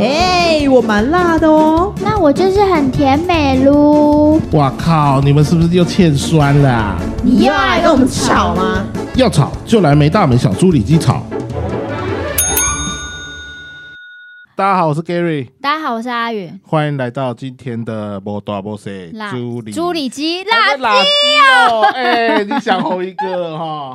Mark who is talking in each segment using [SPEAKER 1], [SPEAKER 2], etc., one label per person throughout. [SPEAKER 1] 哎、我蛮辣的哦。
[SPEAKER 2] 那我就是很甜美噜。
[SPEAKER 3] 哇靠！你们是不是又欠酸啦、
[SPEAKER 1] 你又要来跟我们吵吗？
[SPEAKER 3] 要吵就来没大门小猪里鸡吵。大家好，我是 Gary，
[SPEAKER 2] 大家好，我是阿云。
[SPEAKER 3] 欢迎来到今天的波大波塞
[SPEAKER 2] 辣
[SPEAKER 3] 猪里
[SPEAKER 2] 猪里脊
[SPEAKER 3] 还
[SPEAKER 2] 辣
[SPEAKER 3] 在垃圾哦！哎、你想红一个了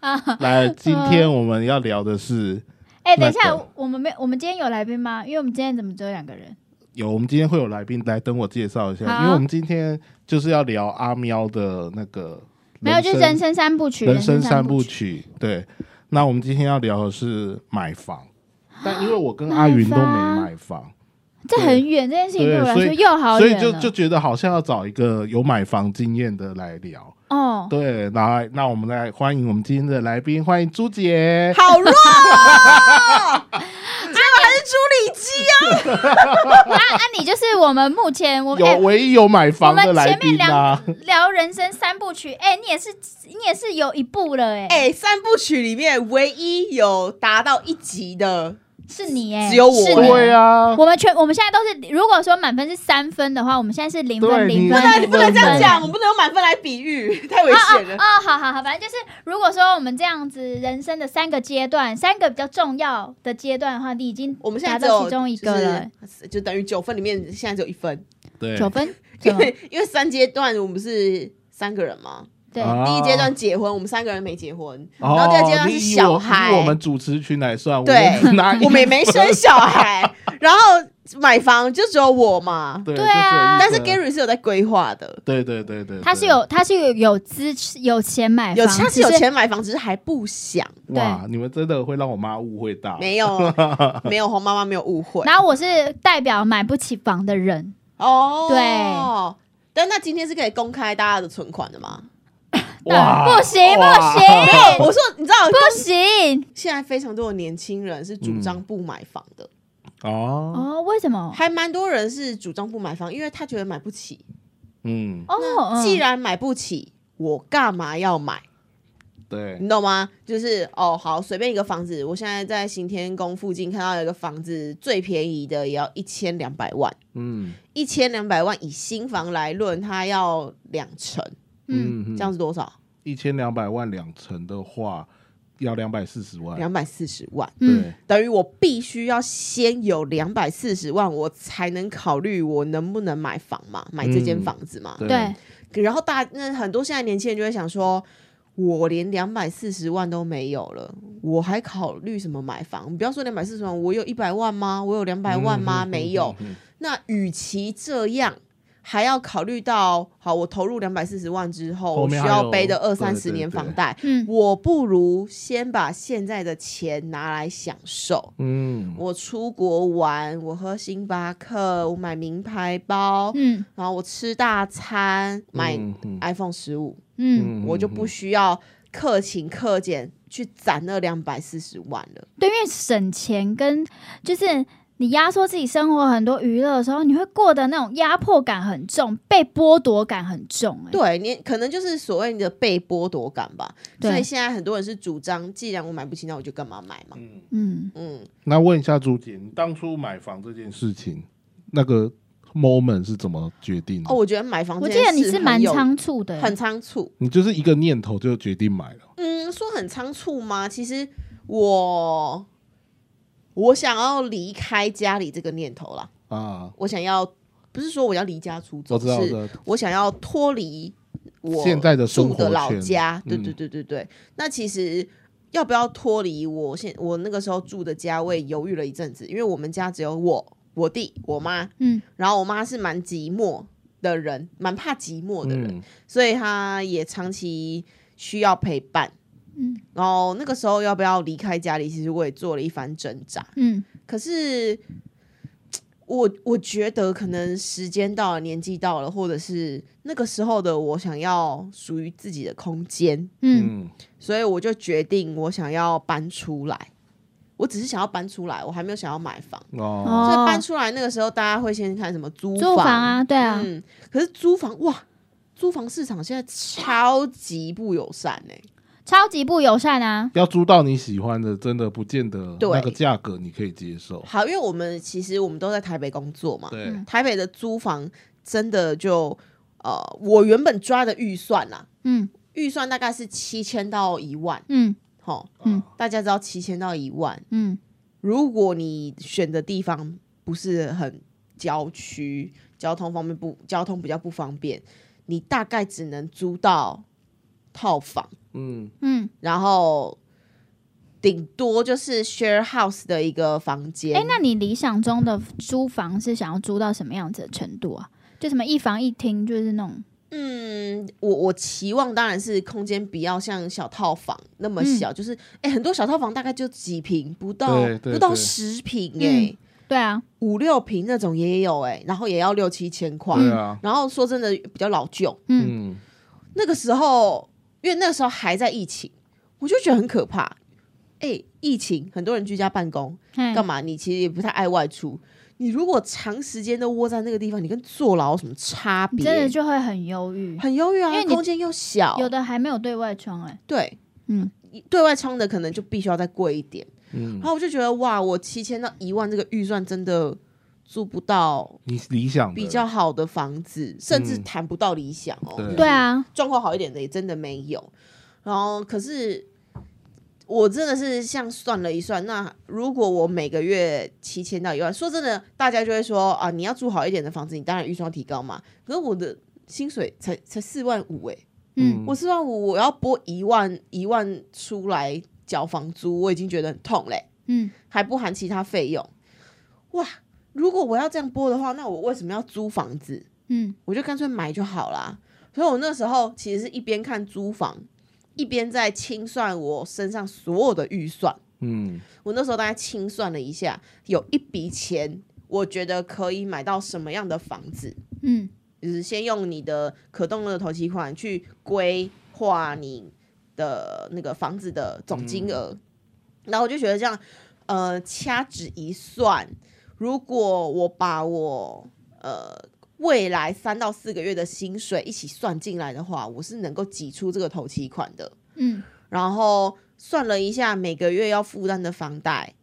[SPEAKER 3] 哈？来，今天我们要聊的是
[SPEAKER 2] 哎、等一下
[SPEAKER 3] 那个，
[SPEAKER 2] 我们没，我们今天有来宾吗？因为我们今天怎么只有两个人？
[SPEAKER 3] 有，我们今天会有来宾来，等我介绍一下，
[SPEAKER 2] 好
[SPEAKER 3] 因为我们今天就是要聊阿喵的那个
[SPEAKER 2] 没有，就是人生三部曲。
[SPEAKER 3] 人生三
[SPEAKER 2] 部
[SPEAKER 3] 部。曲。对，那我们今天要聊的是买房，但因为我跟阿云都没买房，
[SPEAKER 2] 这很远，这件事情对
[SPEAKER 3] 对
[SPEAKER 2] 我来说
[SPEAKER 3] 所以
[SPEAKER 2] 又好
[SPEAKER 3] 所以
[SPEAKER 2] 远哦
[SPEAKER 3] 就
[SPEAKER 2] 了
[SPEAKER 3] 就觉得好像要找一个有买房经验的来聊。
[SPEAKER 2] 哦，
[SPEAKER 3] 对，来，那我们来欢迎我们今天的来宾，欢迎朱姐。
[SPEAKER 1] 好弱、哦！这还是猪里脊啊！
[SPEAKER 2] 啊啊！你就是我们目前我们、
[SPEAKER 3] 有
[SPEAKER 2] 哎
[SPEAKER 3] 唯一有买
[SPEAKER 2] 我
[SPEAKER 3] 房的
[SPEAKER 2] 们
[SPEAKER 3] 来
[SPEAKER 2] 前面
[SPEAKER 3] 宾啊
[SPEAKER 2] 聊
[SPEAKER 3] 啦、
[SPEAKER 2] 聊人生三部曲，哎、你也是你也是有一部了、哎、
[SPEAKER 1] 哎、三部曲里面唯一有达到一级的，
[SPEAKER 2] 是你哎、
[SPEAKER 1] 只有我
[SPEAKER 2] 是你
[SPEAKER 3] 对啊，
[SPEAKER 2] 我们全我们现在都是，如果说满分是三分的话，我们现在是零分
[SPEAKER 3] 对
[SPEAKER 2] 零
[SPEAKER 3] 你
[SPEAKER 2] 分。
[SPEAKER 1] 不能你不能这样
[SPEAKER 2] 零分
[SPEAKER 1] 讲，我们不能用满分来比喻，太危险了。
[SPEAKER 2] 哦，好好好，反正就是，如果说我们这样子人生的三个阶段，三个比较重要的阶段的话，你已经
[SPEAKER 1] 我们现在
[SPEAKER 2] 达
[SPEAKER 1] 只
[SPEAKER 2] 到
[SPEAKER 1] 有
[SPEAKER 2] 其中一个了，
[SPEAKER 1] 就是，就等于九分里面现在只有一分，
[SPEAKER 3] 对
[SPEAKER 2] 九 分，
[SPEAKER 1] 因
[SPEAKER 2] 怎么
[SPEAKER 1] 为因为三阶段我们是三个人嘛，
[SPEAKER 2] 对，
[SPEAKER 3] 啊
[SPEAKER 1] 第一阶段结婚，我们三个人没结婚，
[SPEAKER 3] 哦
[SPEAKER 1] 然后第二阶段是
[SPEAKER 3] 你以
[SPEAKER 1] 小
[SPEAKER 3] 我
[SPEAKER 1] 孩
[SPEAKER 3] 以我们主持群来算，
[SPEAKER 1] 对
[SPEAKER 3] 我们拿 一
[SPEAKER 1] 我们也没生小孩，然后买房就只有我嘛，
[SPEAKER 3] 对
[SPEAKER 2] 对啊
[SPEAKER 1] 但是
[SPEAKER 3] 给
[SPEAKER 1] Gary 是有在规划的，
[SPEAKER 3] 对对对对，
[SPEAKER 2] 他是有他是有有资有钱买
[SPEAKER 1] 有
[SPEAKER 2] 房，
[SPEAKER 1] 他是
[SPEAKER 2] 只
[SPEAKER 1] 有，钱买房，只是还不想，
[SPEAKER 3] 对哇，你们真的会让我妈误会到，
[SPEAKER 1] 没有 没有红妈妈没有误会
[SPEAKER 2] 然后我是代表买不起房的人，
[SPEAKER 1] 哦，
[SPEAKER 2] 对。
[SPEAKER 1] 但那今天是可以公开大家的存款的 吗？哎
[SPEAKER 3] 哇，
[SPEAKER 2] 呃不行
[SPEAKER 3] 哇
[SPEAKER 2] 不行
[SPEAKER 1] 我说，你知道，
[SPEAKER 2] 不行
[SPEAKER 1] 现在非常多的年轻人是主张不买房的，
[SPEAKER 3] 哦，
[SPEAKER 2] 哦，为什么？
[SPEAKER 1] 还蛮多人是主张不买房，因为他觉得买不起。
[SPEAKER 3] 嗯，
[SPEAKER 2] 哦，
[SPEAKER 1] 既
[SPEAKER 2] 嗯
[SPEAKER 1] 然买不起，我干嘛要买？
[SPEAKER 3] 对
[SPEAKER 1] 你懂吗？就是哦，好，随便一个房子，我现在在行天宫附近看到有一个房子，最便宜的也要一千两百万，
[SPEAKER 3] 嗯
[SPEAKER 1] 一千两百万以新房来论，它要两成，
[SPEAKER 2] 嗯，
[SPEAKER 3] 嗯，
[SPEAKER 1] 这样是多少？
[SPEAKER 3] 一千两百万两成的话，要两百四十万，
[SPEAKER 1] 两百四十万，
[SPEAKER 2] 嗯
[SPEAKER 3] 对，
[SPEAKER 1] 等于我必须要先有两百四十万，我才能考虑我能不能买房嘛，买这间
[SPEAKER 3] 嗯
[SPEAKER 1] 房子嘛。
[SPEAKER 2] 对，
[SPEAKER 1] 然后大那很多现在年轻人就会想说，我连两百四十万都没有了，我还考虑什么买房？不要说两百四十万，我有一百万吗？我有两百万吗？
[SPEAKER 3] 嗯
[SPEAKER 1] 没有。，
[SPEAKER 3] 嗯嗯嗯
[SPEAKER 1] 那与其这样，还要考虑到，好，我投入两百四十万之后，
[SPEAKER 3] 后
[SPEAKER 1] 我
[SPEAKER 3] 面
[SPEAKER 1] 需
[SPEAKER 3] 还有
[SPEAKER 1] 要背的二三
[SPEAKER 3] 对
[SPEAKER 1] 十
[SPEAKER 3] 对
[SPEAKER 1] 年
[SPEAKER 3] 对
[SPEAKER 1] 房贷，
[SPEAKER 2] 嗯
[SPEAKER 1] 我不如先把现在的钱拿来享受。
[SPEAKER 3] 嗯，
[SPEAKER 1] 我出国玩，我喝星巴克，我买名牌包，
[SPEAKER 2] 嗯
[SPEAKER 1] 然后我吃大餐，买
[SPEAKER 3] 嗯嗯
[SPEAKER 1] iPhone 十五，
[SPEAKER 2] 嗯，
[SPEAKER 3] 嗯
[SPEAKER 1] 我就不需要克勤克俭去攒那两百四十万了。
[SPEAKER 2] 对，因为省钱跟就是你压缩自己生活很多娱乐的时候，你会过得那种压迫感很重，被剥夺感很
[SPEAKER 3] 哎
[SPEAKER 2] 重、欸。，
[SPEAKER 1] 对你可能就是所谓的被剥夺感吧，
[SPEAKER 2] 对
[SPEAKER 1] 所以现在很多人是主张，既然我买不起，那我就干嘛买嘛？
[SPEAKER 2] 嗯，
[SPEAKER 1] 嗯，
[SPEAKER 3] 那问一下朱姐，你当初买房这件事情，那个 moment 是怎么决定的
[SPEAKER 1] 哦，？我觉得买房
[SPEAKER 2] 我
[SPEAKER 1] 这
[SPEAKER 2] 记
[SPEAKER 1] 件
[SPEAKER 2] 得你
[SPEAKER 1] 事
[SPEAKER 2] 是
[SPEAKER 1] 很
[SPEAKER 2] 蛮
[SPEAKER 1] 有
[SPEAKER 2] 仓促的、欸
[SPEAKER 1] 很仓促，
[SPEAKER 3] 你就是一个念头就决定买了，
[SPEAKER 1] 嗯，说很仓促吗？其实我我想要离开家里这个念头啦，
[SPEAKER 3] 啊，
[SPEAKER 1] 我想要不是说我要离家出走，
[SPEAKER 3] 我知道
[SPEAKER 1] 是
[SPEAKER 3] 的，
[SPEAKER 1] 我想要脱离我
[SPEAKER 3] 现在的生
[SPEAKER 1] 住
[SPEAKER 3] 活
[SPEAKER 1] 的老
[SPEAKER 3] 圈
[SPEAKER 1] 家，对
[SPEAKER 3] 嗯
[SPEAKER 1] 对对对对。那其实要不要脱离我现我那个时候住的家，我也犹豫了一阵子，因为我们家只有我、我弟、我妈，
[SPEAKER 2] 嗯，
[SPEAKER 1] 然后我妈是蛮寂寞的人，蛮怕寂寞的人，
[SPEAKER 3] 嗯
[SPEAKER 1] 所以她也长期需要陪伴。
[SPEAKER 2] 嗯
[SPEAKER 1] 然后那个时候要不要离开家里，其实我也做了一番挣扎。
[SPEAKER 2] 嗯
[SPEAKER 1] 可是我我觉得可能时间到了，年纪到了，或者是那个时候的我想要属于自己的空间，
[SPEAKER 2] 嗯
[SPEAKER 3] 嗯
[SPEAKER 1] 所以我就决定我想要搬出来。我只是想要搬出来，我还没有想要买房。
[SPEAKER 3] 哦
[SPEAKER 2] 哦，
[SPEAKER 1] 所以搬出来那个时候，大家会先看什么租
[SPEAKER 2] 租房啊，对啊，
[SPEAKER 1] 嗯，可是租房哇，租房市场现在超级不友善哎、
[SPEAKER 2] 超级不友善啊！
[SPEAKER 3] 要租到你喜欢的，真的不见得
[SPEAKER 1] 对
[SPEAKER 3] 那个价格你可以接受。
[SPEAKER 1] 好，因为我们其实我们都在台北工作嘛，
[SPEAKER 3] 对，
[SPEAKER 2] 嗯
[SPEAKER 1] 台北的租房真的就呃，我原本抓的预算啦，
[SPEAKER 2] 嗯
[SPEAKER 1] 预算大概是七千到一万，
[SPEAKER 2] 嗯
[SPEAKER 1] 吼，
[SPEAKER 2] 嗯
[SPEAKER 1] 大家知道七千到一万，
[SPEAKER 2] 嗯，
[SPEAKER 1] 如果你选的地方不是很郊区，交通方面不交通比较不方便，你大概只能租到套房，
[SPEAKER 3] 嗯，
[SPEAKER 2] 嗯，
[SPEAKER 1] 然后顶多就是 share house 的一个房间。
[SPEAKER 2] 哎、那你理想中的租房是想要租到什么样子的程度啊？就什么一房一厅，就是那种
[SPEAKER 1] 嗯，我我期望当然是空间不要像小套房那么小，
[SPEAKER 2] 嗯
[SPEAKER 1] 就是哎、很多小套房大概就几平，不到
[SPEAKER 3] 对对
[SPEAKER 1] 不到
[SPEAKER 3] 对
[SPEAKER 1] 十平哎、
[SPEAKER 2] 嗯对啊，
[SPEAKER 1] 五六平那种也有哎、然后也要六七千块。
[SPEAKER 3] 对啊，
[SPEAKER 1] 然后说真的比较老旧，
[SPEAKER 2] 嗯
[SPEAKER 3] 嗯，
[SPEAKER 1] 那个时候，因为那个时候还在疫情，我就觉得很可怕。哎、疫情很多人居家办公，
[SPEAKER 2] 嘿
[SPEAKER 1] 干嘛？你其实也不太爱外出。你如果长时间都窝在那个地方，你跟坐牢有什么差
[SPEAKER 2] 你真的
[SPEAKER 1] 别？
[SPEAKER 2] 就会很忧郁，
[SPEAKER 1] 很忧郁啊，
[SPEAKER 2] 因为你
[SPEAKER 1] 空间又小，
[SPEAKER 2] 有的还没有对外窗哎、
[SPEAKER 1] 对
[SPEAKER 2] 嗯
[SPEAKER 1] 对外窗的可能就必须要再贵一点。
[SPEAKER 3] 嗯
[SPEAKER 1] 然后我就觉得哇，我七千到一万这个预算真的租不到
[SPEAKER 3] 你理想的
[SPEAKER 1] 比较好的房子，甚至
[SPEAKER 3] 嗯
[SPEAKER 1] 谈不到理想哦。
[SPEAKER 3] 对
[SPEAKER 2] 对啊，
[SPEAKER 1] 状况好一点的也真的没有。然后可是我真的是像算了一算，那如果我每个月七千到一万，说真的，大家就会说啊，你要住好一点的房子，你当然预算要提高嘛。可是我的薪水才才四万五哎、
[SPEAKER 2] 嗯
[SPEAKER 3] 嗯
[SPEAKER 1] 我四万五，我要拨一万一万出来缴房租，我已经觉得很痛嘞、
[SPEAKER 2] 嗯
[SPEAKER 1] 还不含其他费用。哇，如果我要这样拨的话，那我为什么要租房子？
[SPEAKER 2] 嗯
[SPEAKER 1] 我就干脆买就好啦。所以我那时候其实是一边看租房，一边在清算我身上所有的预算。
[SPEAKER 3] 嗯
[SPEAKER 1] 我那时候大概清算了一下，有一笔钱，我觉得可以买到什么样的房子，
[SPEAKER 2] 嗯
[SPEAKER 1] 就是先用你的可动用的头期款去规划你的那个房子的总金额。然后我就觉得这样，呃，掐指一算，如果我把我呃未来三到四个月的薪水一起算进来的话，我是能够挤出这个头期款的。
[SPEAKER 2] 嗯
[SPEAKER 1] 然后算了一下每个月要负担的房贷，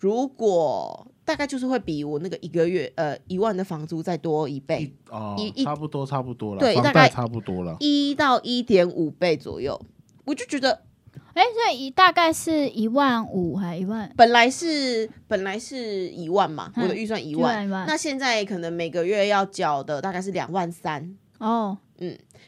[SPEAKER 1] 如果大概就是会比我那个一个月呃一万的房租再多一倍，
[SPEAKER 3] 哦
[SPEAKER 1] 一一，
[SPEAKER 3] 差不多差不多了，
[SPEAKER 1] 对
[SPEAKER 3] 房
[SPEAKER 1] 大
[SPEAKER 3] 贷
[SPEAKER 1] 概
[SPEAKER 3] 差不多了，
[SPEAKER 1] 一到一点五倍左右。我就觉得
[SPEAKER 2] 哎、所以一大概是一万五还一万，
[SPEAKER 1] 本来是本来是一万嘛，我的预算一万，
[SPEAKER 2] 嗯一万
[SPEAKER 1] 那现在可能每个月要缴的大概是两万三，
[SPEAKER 2] 哦，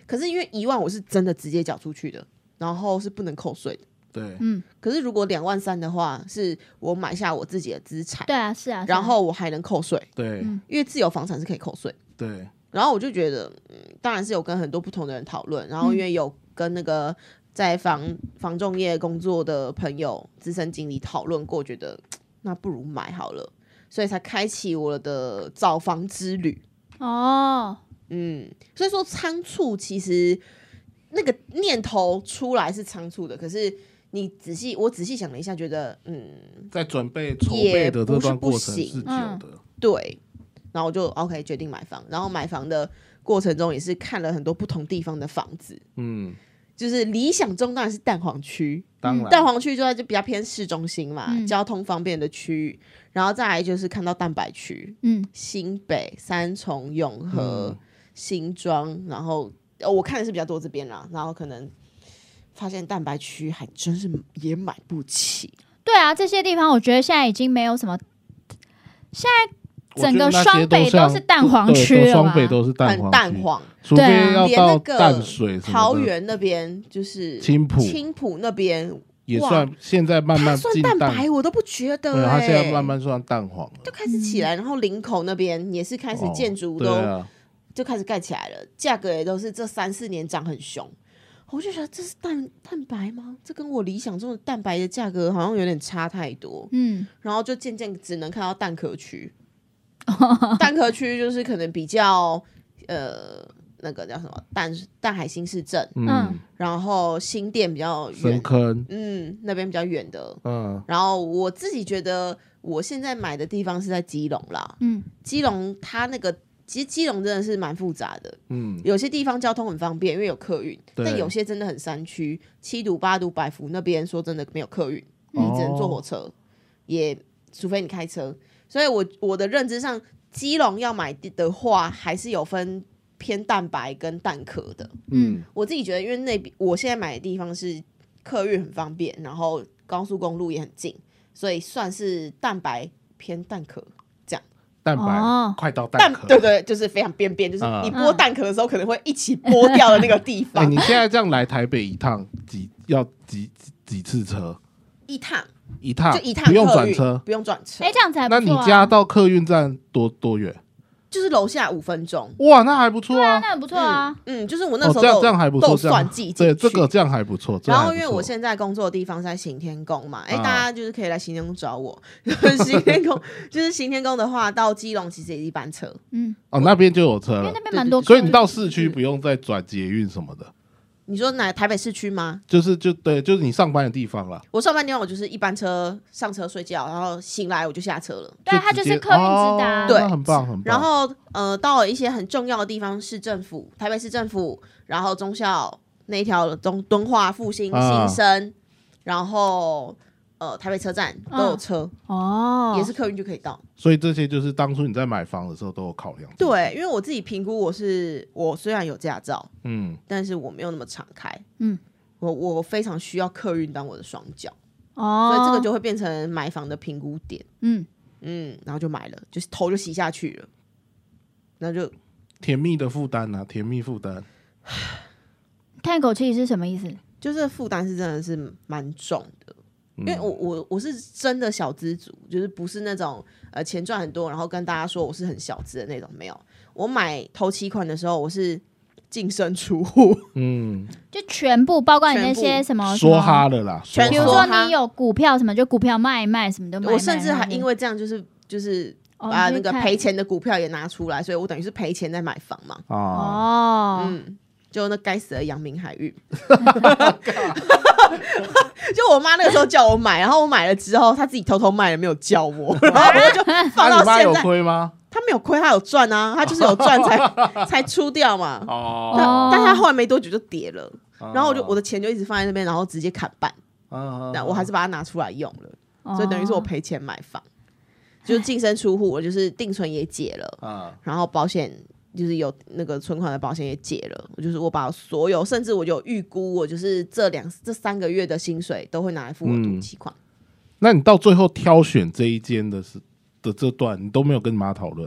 [SPEAKER 1] 可是因为一万我是真的直接缴出去的，然后是不能扣税的。
[SPEAKER 3] 对，
[SPEAKER 2] 嗯，
[SPEAKER 1] 可是如果两万三的话，是我买下我自己的资产，
[SPEAKER 2] 对啊，是啊，是啊
[SPEAKER 1] 然后我还能扣税，
[SPEAKER 3] 对
[SPEAKER 2] 嗯
[SPEAKER 1] 因为自有房产是可以扣税。
[SPEAKER 3] 对，
[SPEAKER 1] 然后我就觉得，嗯，当然是有跟很多不同的人讨论，然后因为有跟那个在房房仲业工作的朋友、资深经理讨论过，觉得嘖那不如买好了，所以才开启我的找房之旅。
[SPEAKER 2] 哦，
[SPEAKER 1] 嗯，所以说仓促其实那个念头出来是仓促的，可是你仔细我仔细想了一下，觉得嗯
[SPEAKER 3] 在准备筹备的这段过程
[SPEAKER 1] 也不嗯
[SPEAKER 3] 是
[SPEAKER 1] 是
[SPEAKER 2] 不
[SPEAKER 3] 久
[SPEAKER 2] 行
[SPEAKER 3] 的，
[SPEAKER 1] 对，然后我就 OK 决定买房，然后买房的过程中也是看了很多不同地方的房子，
[SPEAKER 3] 嗯，
[SPEAKER 1] 就是理想中当然是蛋黄区，
[SPEAKER 3] 当
[SPEAKER 2] 嗯
[SPEAKER 3] 然，
[SPEAKER 1] 蛋黄区就在就比较偏市中心嘛，
[SPEAKER 2] 嗯
[SPEAKER 1] 交通方便的区域，然后再来就是看到蛋白区，
[SPEAKER 2] 嗯
[SPEAKER 1] 新北、三重、永和、
[SPEAKER 3] 嗯
[SPEAKER 1] 新庄，然后、呃我看的是比较多这边啦，然后可能发现蛋白区还真是也买不起，
[SPEAKER 2] 对啊，这些地方我觉得现在已经没有什么，
[SPEAKER 3] 我觉得
[SPEAKER 2] 整个
[SPEAKER 3] 那
[SPEAKER 2] 双
[SPEAKER 3] 些
[SPEAKER 2] 北
[SPEAKER 3] 都像
[SPEAKER 2] 都是蛋黄区
[SPEAKER 3] 对都
[SPEAKER 2] 了
[SPEAKER 3] 双
[SPEAKER 2] 吧
[SPEAKER 3] 北都是蛋
[SPEAKER 1] 很
[SPEAKER 3] 黄
[SPEAKER 1] 淡
[SPEAKER 3] 区，
[SPEAKER 1] 黄。
[SPEAKER 3] 除
[SPEAKER 2] 对啊
[SPEAKER 3] 非要
[SPEAKER 1] 连那
[SPEAKER 3] 到
[SPEAKER 1] 个
[SPEAKER 3] 淡水什么的
[SPEAKER 1] 桃园那边就是
[SPEAKER 3] 青浦
[SPEAKER 1] 青浦那边
[SPEAKER 3] 也算，现在慢
[SPEAKER 1] 它
[SPEAKER 3] 慢
[SPEAKER 1] 算
[SPEAKER 3] 进
[SPEAKER 1] 蛋
[SPEAKER 3] 淡
[SPEAKER 1] 白，我都不觉得、
[SPEAKER 3] 对，
[SPEAKER 1] 欸。
[SPEAKER 3] 它现在慢慢算蛋黄了，
[SPEAKER 1] 就开始起来，然后林口那边也是开始
[SPEAKER 3] 哦
[SPEAKER 1] 建筑
[SPEAKER 3] 对
[SPEAKER 1] 都
[SPEAKER 3] 啊，
[SPEAKER 1] 就开始盖起来了，价格也都是这三四年涨很凶。我就觉得这是蛋蛋白吗？这跟我理想中的蛋白的价格好像有点差太多，
[SPEAKER 2] 嗯
[SPEAKER 1] 然后就渐渐只能看到蛋壳 区，蛋壳区就是可能比较呃那个叫什么淡淡海新市镇，
[SPEAKER 2] 嗯
[SPEAKER 3] 嗯，
[SPEAKER 1] 然后新店比较
[SPEAKER 3] 深
[SPEAKER 1] 远，
[SPEAKER 3] 坑，
[SPEAKER 1] 嗯，那边比较远的。
[SPEAKER 3] 嗯，
[SPEAKER 1] 然后我自己觉得我现在买的地方是在基隆啦，
[SPEAKER 2] 嗯
[SPEAKER 1] 基隆它那个其实基隆真的是蛮复杂的，
[SPEAKER 3] 嗯，
[SPEAKER 1] 有些地方交通很方便，因为有客运，
[SPEAKER 3] 对
[SPEAKER 1] 但有些真的很山区，七堵、八堵、百福那边说真的没有客运，
[SPEAKER 2] 嗯
[SPEAKER 1] 你只能坐火
[SPEAKER 3] 哦
[SPEAKER 1] 车，也除非你开车。所以我我的认知上，基隆要买的话，还是有分偏蛋白跟蛋壳的。
[SPEAKER 3] 嗯，
[SPEAKER 1] 我自己觉得，因为那边我现在买的地方是客运很方便，然后高速公路也很近，所以算是蛋白偏蛋壳。
[SPEAKER 3] 蛋
[SPEAKER 2] 哦
[SPEAKER 3] 白快到蛋
[SPEAKER 1] 蛋
[SPEAKER 3] 壳，
[SPEAKER 1] 对对，就是非常便便，就是
[SPEAKER 3] 嗯
[SPEAKER 1] 你剥蛋壳的时候可能会一起剥掉的那个地
[SPEAKER 3] 哎，
[SPEAKER 1] 方。
[SPEAKER 3] 你现在这样来台北一趟几要几几几次车？
[SPEAKER 1] 一趟
[SPEAKER 3] 一趟
[SPEAKER 1] 就一趟
[SPEAKER 3] 啊不用
[SPEAKER 1] 客
[SPEAKER 3] 转
[SPEAKER 1] 运
[SPEAKER 3] 车。
[SPEAKER 1] 不用转车，
[SPEAKER 2] 哎，这样子还不
[SPEAKER 3] 那
[SPEAKER 2] 错。
[SPEAKER 3] 你
[SPEAKER 1] 啊
[SPEAKER 3] 家？到客运站多多远？
[SPEAKER 1] 就是楼下五分钟。
[SPEAKER 3] 哇，那还不错
[SPEAKER 2] 对啊，
[SPEAKER 3] 啊。
[SPEAKER 2] 那很不错啊。
[SPEAKER 1] 嗯，就是我那
[SPEAKER 3] 哦，
[SPEAKER 1] 时候都
[SPEAKER 3] 这样
[SPEAKER 1] 有
[SPEAKER 3] 这样还不
[SPEAKER 1] 都有
[SPEAKER 3] 错，这样
[SPEAKER 1] 算计进
[SPEAKER 3] 对
[SPEAKER 1] 去。
[SPEAKER 3] 这个这样还不错。这
[SPEAKER 1] 然
[SPEAKER 3] 样
[SPEAKER 1] 后
[SPEAKER 3] 还不
[SPEAKER 1] 因为我
[SPEAKER 3] 错
[SPEAKER 1] 现在工作的地方是在行天宫嘛，哎、
[SPEAKER 3] 啊
[SPEAKER 1] 大家就是可以来行天宫找我。 行天宫就是行天宫的话，到基隆其实也是一班车，
[SPEAKER 2] 嗯，
[SPEAKER 3] 哦那边就有车
[SPEAKER 2] 因为
[SPEAKER 3] 了
[SPEAKER 2] 那，边蛮多。
[SPEAKER 3] 所以你到市区不用再转捷运什么的，
[SPEAKER 1] 你说哪台北市区吗？
[SPEAKER 3] 就是就对，就是你上班的地方了。
[SPEAKER 1] 我上班地方我就是一班车上车睡觉，然后醒来我就下车了。
[SPEAKER 2] 对啊，它
[SPEAKER 3] 就
[SPEAKER 2] 就
[SPEAKER 3] 直
[SPEAKER 2] 是
[SPEAKER 3] 接
[SPEAKER 2] 客运直达。
[SPEAKER 3] 哦
[SPEAKER 1] 对
[SPEAKER 3] 那很棒很棒。
[SPEAKER 1] 然后呃，到了一些很重要的地方，市政府、台北市政府，然后中校那一条中敦化复兴、
[SPEAKER 3] 啊
[SPEAKER 1] 新生，然后呃台北车站都有车，
[SPEAKER 3] 啊
[SPEAKER 2] 哦，
[SPEAKER 1] 也是客运就可以到。
[SPEAKER 3] 所以这些就是当初你在买房的时候都有考量。，
[SPEAKER 1] 对，因为我自己评估，我是我虽然有驾照，
[SPEAKER 3] 嗯，
[SPEAKER 1] 但是我没有那么敞开。
[SPEAKER 2] 嗯，
[SPEAKER 1] 我我非常需要客运当我的双脚，
[SPEAKER 2] 哦，
[SPEAKER 1] 所以这个就会变成买房的评估点。
[SPEAKER 2] 嗯，
[SPEAKER 1] 嗯，然后就买了，就是头就洗下去了，那就
[SPEAKER 3] 甜蜜的负担啊，甜蜜负担。
[SPEAKER 2] 叹一口气是什么意思？
[SPEAKER 1] 就是负担是真的是蛮重的。
[SPEAKER 3] 因
[SPEAKER 1] 因为我我我是真的小资族，就是不是那种呃钱赚很多，然后跟大家说我是很小资的那种，没有。我买头期款的时候，我是净身出户，
[SPEAKER 3] 嗯，
[SPEAKER 2] 就全部包括你那
[SPEAKER 1] 全部
[SPEAKER 2] 些什么
[SPEAKER 3] 说哈，了啦，
[SPEAKER 1] 哦全
[SPEAKER 2] 什么比
[SPEAKER 3] 哈
[SPEAKER 2] 如
[SPEAKER 1] 说
[SPEAKER 2] 说
[SPEAKER 1] 哈
[SPEAKER 2] 你有股票什么，就股票卖一卖什么的卖一卖。
[SPEAKER 1] 我甚至还
[SPEAKER 2] 卖一卖
[SPEAKER 1] 因为这样就是就是
[SPEAKER 2] 哦
[SPEAKER 1] 把
[SPEAKER 2] 你
[SPEAKER 1] 那
[SPEAKER 2] 就
[SPEAKER 1] 个
[SPEAKER 2] 看
[SPEAKER 1] 赔钱的股票也拿出来，所以我等于是赔钱在买房嘛。
[SPEAKER 3] 啊，
[SPEAKER 2] 哦，
[SPEAKER 1] 嗯，就那该死的阳明海运。 就我妈那个时候叫我买，然后我买了之后，她自己偷偷卖了，没有叫 我，然后我就放
[SPEAKER 3] 那
[SPEAKER 1] 到
[SPEAKER 3] 啊你妈
[SPEAKER 1] 现
[SPEAKER 3] 有
[SPEAKER 1] 在。
[SPEAKER 3] 亏吗？
[SPEAKER 1] 她没有亏，她有赚啊，她就是有赚 才才出掉嘛。
[SPEAKER 3] 哦，
[SPEAKER 2] 哦
[SPEAKER 1] 但但她后来没多久就跌了，然后我就我
[SPEAKER 3] 的，
[SPEAKER 1] 的钱就一直放在那边，然后直接砍半，
[SPEAKER 3] 嗯
[SPEAKER 1] 但我还是把它拿出来用了。
[SPEAKER 2] 哦
[SPEAKER 1] 所以等于是我赔钱买房，就是净身出户，我就是定存也解了，
[SPEAKER 3] 啊，
[SPEAKER 1] 然后保险就是有那个存款的保险也解了，我就是我把所有，甚至我就有预估，我就是这两这三个月的薪水都会拿来付我
[SPEAKER 3] 嗯
[SPEAKER 1] 赌期款。
[SPEAKER 3] 那你到最后挑选这一间的是的这段，你都没有跟你妈讨论，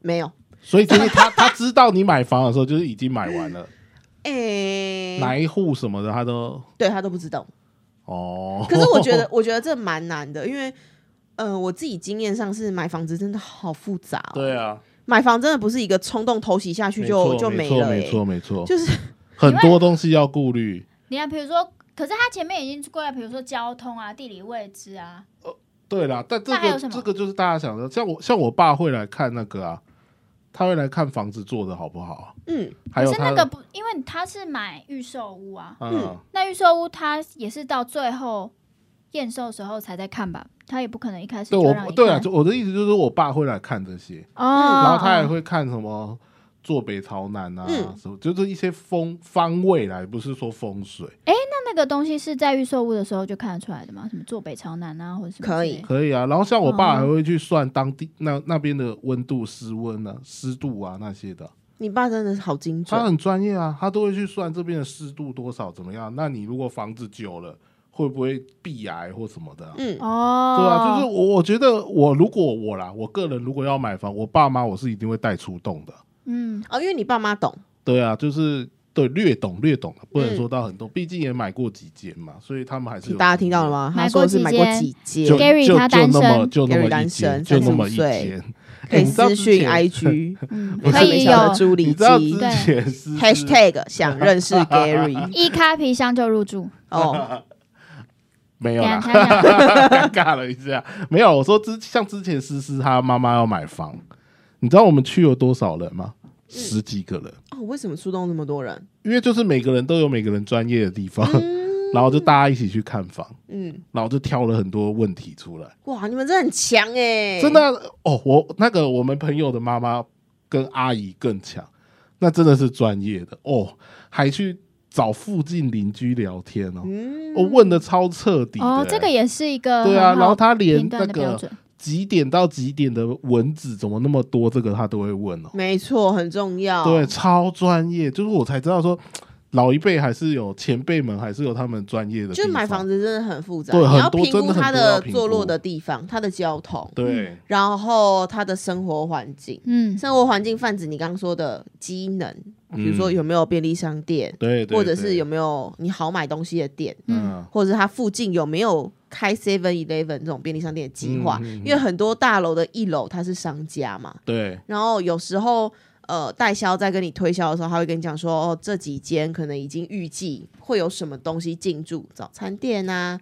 [SPEAKER 1] 没有，
[SPEAKER 3] 所以就是她她知道你买房的时候就是已经买 完了，
[SPEAKER 1] 诶、
[SPEAKER 3] 哪一户什么的她都
[SPEAKER 1] 对他都不知道。
[SPEAKER 3] 哦。
[SPEAKER 1] 可是我觉得，我觉得这蛮难的，因为，呃，我自己经验上是买房子真的好复杂、哦。
[SPEAKER 3] 对啊，
[SPEAKER 1] 买房真的不是一个冲动偷袭下去就
[SPEAKER 3] 没错
[SPEAKER 1] 就
[SPEAKER 3] 没
[SPEAKER 1] 了、
[SPEAKER 3] 错
[SPEAKER 1] 欸，
[SPEAKER 3] 没错没错，
[SPEAKER 1] 就是
[SPEAKER 3] 很多东西要顾虑。
[SPEAKER 2] 你看，比如说，可是他前面已经过来，比如说交通啊、地理位置啊，
[SPEAKER 3] 对啦，但这
[SPEAKER 2] 那还有什
[SPEAKER 3] 个
[SPEAKER 2] 么
[SPEAKER 3] 这个就是大家想的，像我像我爸会来看那个啊，他会来看房子做的好不好，
[SPEAKER 1] 嗯，
[SPEAKER 3] 还有
[SPEAKER 2] 可是
[SPEAKER 3] 他
[SPEAKER 2] 那个不，因为他是买预售屋啊，
[SPEAKER 3] 嗯
[SPEAKER 2] 那预售屋他也是到最后验收的时候才在看吧，他也不可能一开始
[SPEAKER 3] 对
[SPEAKER 2] 就让你
[SPEAKER 3] 我
[SPEAKER 2] 看
[SPEAKER 3] 对啊，就我的意思就是我爸会来看这些，
[SPEAKER 2] 哦，
[SPEAKER 3] 然后他也会看什么坐北朝南啊，
[SPEAKER 1] 嗯
[SPEAKER 3] 什么就是一些风方位啦，也不是说风水，
[SPEAKER 2] 那那个东西是在预售屋的时候就看得出来的吗？什么坐北朝南啊，或者什么之
[SPEAKER 1] 可
[SPEAKER 2] 类
[SPEAKER 1] 以
[SPEAKER 2] 的
[SPEAKER 3] 可以啊。然后像我爸
[SPEAKER 2] 哦
[SPEAKER 3] 还会去算当地那那边的温度、湿温啊、湿度啊那些的，
[SPEAKER 1] 你爸真的是好精准
[SPEAKER 3] 他。很专业啊，他都会去算这边的湿度多少怎么样。那你如果房子久了，会不会避癌或什么的啊、
[SPEAKER 1] 嗯，
[SPEAKER 2] 哦，
[SPEAKER 3] 对啊，就是我我觉得我如果我啦，我个人如果要买房，我爸妈我是一定会带出动的。
[SPEAKER 2] 嗯，
[SPEAKER 1] 哦，因为你爸妈懂，
[SPEAKER 3] 对啊，就是对略懂略懂了，不能
[SPEAKER 1] 嗯
[SPEAKER 3] 说到很懂，毕竟也买过几间嘛，所以他们还是有
[SPEAKER 1] 大家听到了
[SPEAKER 3] 经
[SPEAKER 1] 吗？
[SPEAKER 2] 买
[SPEAKER 1] 他说的是
[SPEAKER 2] 过
[SPEAKER 1] 买
[SPEAKER 2] 几
[SPEAKER 1] 过
[SPEAKER 2] 间
[SPEAKER 1] 几
[SPEAKER 3] 验？就
[SPEAKER 1] 间，
[SPEAKER 2] Gary
[SPEAKER 3] 就
[SPEAKER 2] 他
[SPEAKER 3] 就
[SPEAKER 2] 单
[SPEAKER 3] 那么
[SPEAKER 2] 身
[SPEAKER 3] 就那
[SPEAKER 1] Gary
[SPEAKER 3] 么一
[SPEAKER 1] 单身
[SPEAKER 3] 间，就那么
[SPEAKER 1] 35
[SPEAKER 3] 一
[SPEAKER 1] 岁
[SPEAKER 3] 间，
[SPEAKER 1] 可以
[SPEAKER 3] 你知道
[SPEAKER 1] 私
[SPEAKER 3] 之
[SPEAKER 1] 讯
[SPEAKER 3] 前
[SPEAKER 1] IG，
[SPEAKER 2] 嗯
[SPEAKER 3] 我
[SPEAKER 2] 可以
[SPEAKER 1] 小的
[SPEAKER 2] 有
[SPEAKER 1] 朱
[SPEAKER 3] 你
[SPEAKER 1] 里
[SPEAKER 3] 知道
[SPEAKER 1] 基
[SPEAKER 3] 之
[SPEAKER 2] 对
[SPEAKER 3] 前是
[SPEAKER 1] Hashtag 想认 识 Gary
[SPEAKER 2] 一开皮箱就入住，
[SPEAKER 1] 哦，
[SPEAKER 3] 没有
[SPEAKER 2] 等
[SPEAKER 3] 啦
[SPEAKER 2] 一，下看看
[SPEAKER 3] 尴尬了一下，没有。我说之像之前思思她妈妈要买房，你知道我们去有多少人吗？
[SPEAKER 2] 嗯
[SPEAKER 3] 十几个人，
[SPEAKER 1] 哦，为什么出动那么多人？
[SPEAKER 3] 因为就是每个人都有每个人专业的地方，
[SPEAKER 2] 嗯
[SPEAKER 3] 然后就大家一起去看房，
[SPEAKER 1] 嗯，
[SPEAKER 3] 然后就挑了很多问题出来。
[SPEAKER 1] 哇，你们真的很强哎，
[SPEAKER 3] 真的啊哦，我那个我们朋友的妈妈跟阿姨更强，那真的是专业的哦，还去找附近邻居聊天哦，
[SPEAKER 1] 嗯
[SPEAKER 3] 我、问的超彻底的、
[SPEAKER 2] 哦，
[SPEAKER 3] 欸
[SPEAKER 2] 这个也是一个
[SPEAKER 3] 对
[SPEAKER 2] 很
[SPEAKER 3] 啊，
[SPEAKER 2] 好
[SPEAKER 3] 然后他连
[SPEAKER 2] 评
[SPEAKER 3] 那
[SPEAKER 2] 断的标
[SPEAKER 3] 个
[SPEAKER 2] 准。
[SPEAKER 3] 几点到几点的蚊子怎么那么多，这个他都会问哦，
[SPEAKER 1] 没错，很重要。
[SPEAKER 3] 对，，超专业，就是我才知道说老一辈还是有前辈们还是有他们专业的地
[SPEAKER 1] 就
[SPEAKER 3] 方，
[SPEAKER 1] 是买房子真的很复杂，
[SPEAKER 3] 对
[SPEAKER 1] 你要
[SPEAKER 3] 很多
[SPEAKER 1] 评
[SPEAKER 3] 真
[SPEAKER 1] 估
[SPEAKER 3] 的很
[SPEAKER 1] 它
[SPEAKER 3] 多要
[SPEAKER 1] 的
[SPEAKER 3] 评
[SPEAKER 1] 坐落
[SPEAKER 3] 估
[SPEAKER 1] 的地方、它的交通，
[SPEAKER 3] 对。
[SPEAKER 1] 然后它的生活环境。
[SPEAKER 2] 嗯，
[SPEAKER 1] 生活环境泛指你刚刚说的机能，比如说
[SPEAKER 3] 嗯
[SPEAKER 1] 有没有便利商店，
[SPEAKER 3] 对，对
[SPEAKER 1] 或者
[SPEAKER 3] 对
[SPEAKER 1] 是有没有你好买东西的店，
[SPEAKER 3] 嗯
[SPEAKER 1] 或者是它附近有没有开 Seven Eleven 这种便利商店的计划。
[SPEAKER 3] 嗯嗯嗯
[SPEAKER 1] 因为很多大楼的一楼它是商家嘛，
[SPEAKER 3] 对
[SPEAKER 1] 然后有时候呃代销在跟你推销的时候，他会跟你讲说，哦，这几间可能已经预计会有什么东西进驻，早餐店啊。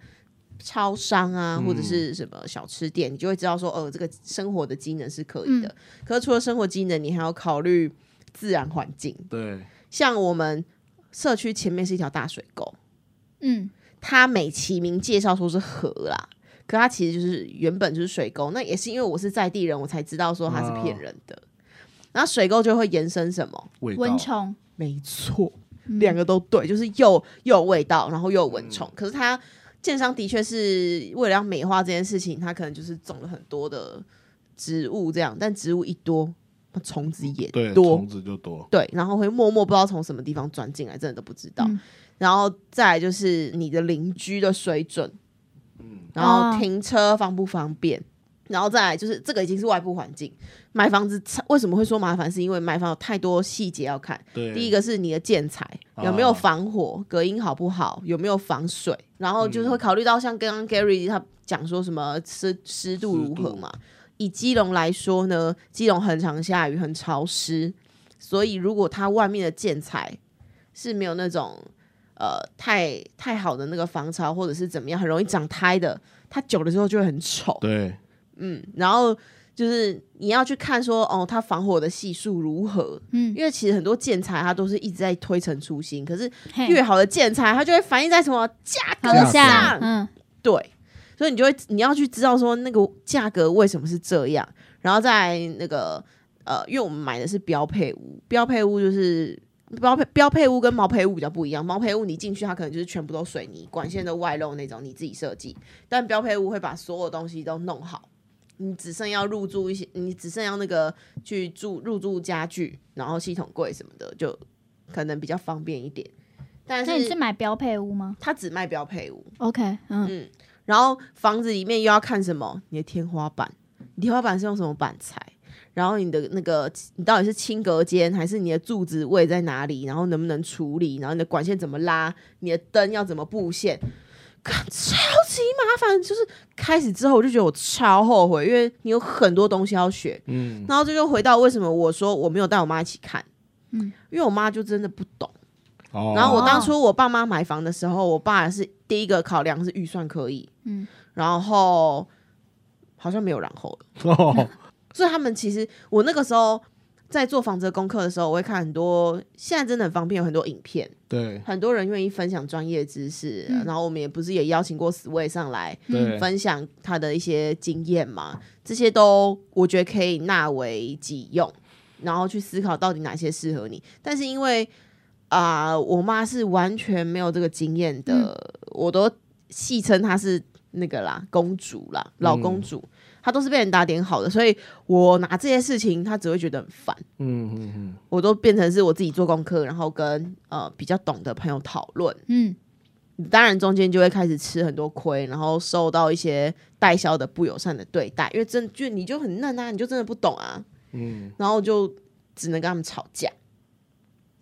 [SPEAKER 1] 超商啊，
[SPEAKER 3] 嗯
[SPEAKER 1] 或者是什么小吃店，你就会知道说，哦，这个生活的机能是可以的。可是除了生活机能，你还要考虑自然环境。
[SPEAKER 3] 对，
[SPEAKER 1] 像我们社区前面是一条大水沟，
[SPEAKER 2] 嗯，
[SPEAKER 1] 它美其名介绍说是河啦，可它其实就是原本就是水沟。那也是因为我是在地人，我才知道说它是骗人的。然后水沟就会延伸什么？
[SPEAKER 3] 味道
[SPEAKER 2] 蚊虫，
[SPEAKER 1] 没错，
[SPEAKER 2] 嗯
[SPEAKER 1] 两个都对，就是又又有味道，然后又有蚊虫。可是它建商的确是为了要美化这件事情，它可能就是种了很多的植物这样，但植物一多，那虫子也
[SPEAKER 3] 对
[SPEAKER 1] 多
[SPEAKER 3] 虫。子就多，
[SPEAKER 1] 对，然后会默默不知道从什么地方钻进来，真的都不知道。
[SPEAKER 2] 嗯
[SPEAKER 1] 然后再来就是你的邻居的水准，然后
[SPEAKER 2] 哦
[SPEAKER 1] 停车方不方便，然后再来就是这个已经是外部环境。买房子差为什么会说麻烦，是因为买房有太多细节要看。
[SPEAKER 3] 对，
[SPEAKER 1] 第一
[SPEAKER 3] 个
[SPEAKER 1] 个是你的建材有没有防火，隔音好不好，有没有防水，然后就是会考虑到像刚刚 Gary 他讲说什么湿湿度如何嘛。以基隆来说呢，基隆很常下雨，很潮湿，所以如果它外面的建材是没有那种呃太太好的那个防潮或者是怎么样，很容易长苔的，它久了之后就会很丑。
[SPEAKER 3] 对，
[SPEAKER 1] 嗯，然后就是你要去看说哦，它防火的系数如何，
[SPEAKER 2] 嗯，
[SPEAKER 1] 因为其实很多建材它都是一直在推陈出新，可是
[SPEAKER 2] 嘿
[SPEAKER 1] 越好的建材它就会反映在什么价格
[SPEAKER 2] 好
[SPEAKER 3] 格
[SPEAKER 2] 像
[SPEAKER 1] 上，
[SPEAKER 2] 嗯，
[SPEAKER 1] 对，所以你就会你要去知道说那个价格为什么是这样，然后再那个呃，因为我们买的是标配屋，标配屋就是。标配标配屋跟毛坯屋比较不一样，毛坯屋你进去它可能就是全部都水泥管线都外露那种，你自己设计；但标配屋会把所有东西都弄好，你只剩要入住一些，你只剩要那个去住入住家具，然后系统柜什么的，就可能比较方便一点。但
[SPEAKER 2] 那你是
[SPEAKER 1] 是
[SPEAKER 2] 买标配屋吗
[SPEAKER 1] 它只卖标配屋，
[SPEAKER 2] ？OK，嗯，
[SPEAKER 1] 然后房子里面又要看什么？你的天花板，你天花板是用什么板材？然后你的那个，你到底是轻隔间还是你的柱子位在哪里？然后能不能处理？然后你的管线怎么拉？你的灯要怎么布线？干超级麻烦。就是开始之后，我就觉得我超后悔，因为你有很多东西要学。
[SPEAKER 3] 嗯，
[SPEAKER 1] 然后这就回到为什么我说我没有带我妈一起看，
[SPEAKER 2] 嗯
[SPEAKER 1] 因为我妈就真的不懂。
[SPEAKER 3] 哦
[SPEAKER 1] 然后我当初我爸妈买房的时候，我爸是第一个考量是预算可以，
[SPEAKER 2] 嗯
[SPEAKER 1] 然后好像没有然后了。
[SPEAKER 3] 哦，
[SPEAKER 1] 所以他们其实我那个时候在做房子的功课的时候，我会看很多，现在真的很方便，有很多影片，
[SPEAKER 3] 对
[SPEAKER 1] 很多人愿意分享专业知识，啊
[SPEAKER 2] 嗯
[SPEAKER 1] 然后我们也不是也邀请过死卫上来
[SPEAKER 3] 对，
[SPEAKER 1] 分享他的一些经验嘛，这些都我觉得可以纳为己用，然后去思考到底哪些适合你。但是因为啊、我妈是完全没有这个经验的，我都戏称她是那个啦，公主啦，老公主，她都是被人打点好的，所以我拿这些事情，她只会觉得很烦。
[SPEAKER 3] 嗯嗯嗯，
[SPEAKER 1] 我都变成是我自己做功课，然后跟呃比较懂的朋友讨论，
[SPEAKER 2] 嗯，
[SPEAKER 1] 当然中间就会开始吃很多亏，然后受到一些代销的不友善的对待，因为真就你就很嫩啊，你就真的不懂啊，嗯，然后就只能跟他们吵架，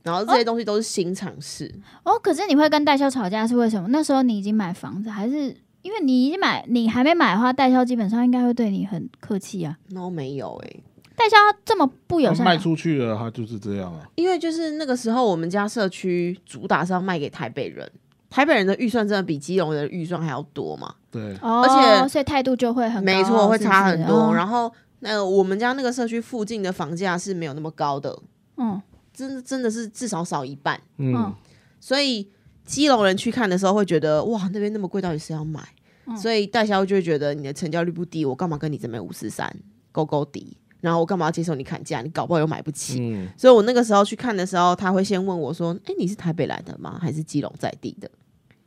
[SPEAKER 1] 然后这些东西都是新尝试，
[SPEAKER 2] 哦，可是你会跟代销吵架是为什么？那时候你已经买房子，还是因为你已经买，你还没买的话，代销基本上应该会对你很客气啊。
[SPEAKER 1] 然后没有哎、
[SPEAKER 2] 代销这么不友
[SPEAKER 3] 他
[SPEAKER 2] 善
[SPEAKER 3] 卖
[SPEAKER 2] 啊，
[SPEAKER 3] 出去了，他就是这样啊，
[SPEAKER 1] 因为就是那个时候我们家社区主打是要卖给台北人，台北人的预算真的比基隆人的预算还要多嘛，
[SPEAKER 3] 对，
[SPEAKER 2] 哦，
[SPEAKER 1] 而且
[SPEAKER 2] 所以态度就会很高啊
[SPEAKER 1] 没错，会差很多。
[SPEAKER 2] 后
[SPEAKER 1] 然后那个我们家那个社区附近的房价是没有那么高的，
[SPEAKER 2] 嗯
[SPEAKER 1] 真的真的是至少少一半。
[SPEAKER 3] 嗯，
[SPEAKER 1] 所以基隆人去看的时候会觉得，哇，那边那么贵，到底谁要买？
[SPEAKER 2] 嗯
[SPEAKER 1] 所以代销就会觉得你的成交率不低，我干嘛跟你这边五四三勾勾底？然后我干嘛要接受你砍价？你搞不好又买不起。
[SPEAKER 3] 嗯，
[SPEAKER 1] 所以我那个时候去看的时候，他会先问我说：“哎、你是台北来的吗？还是基隆在地的？”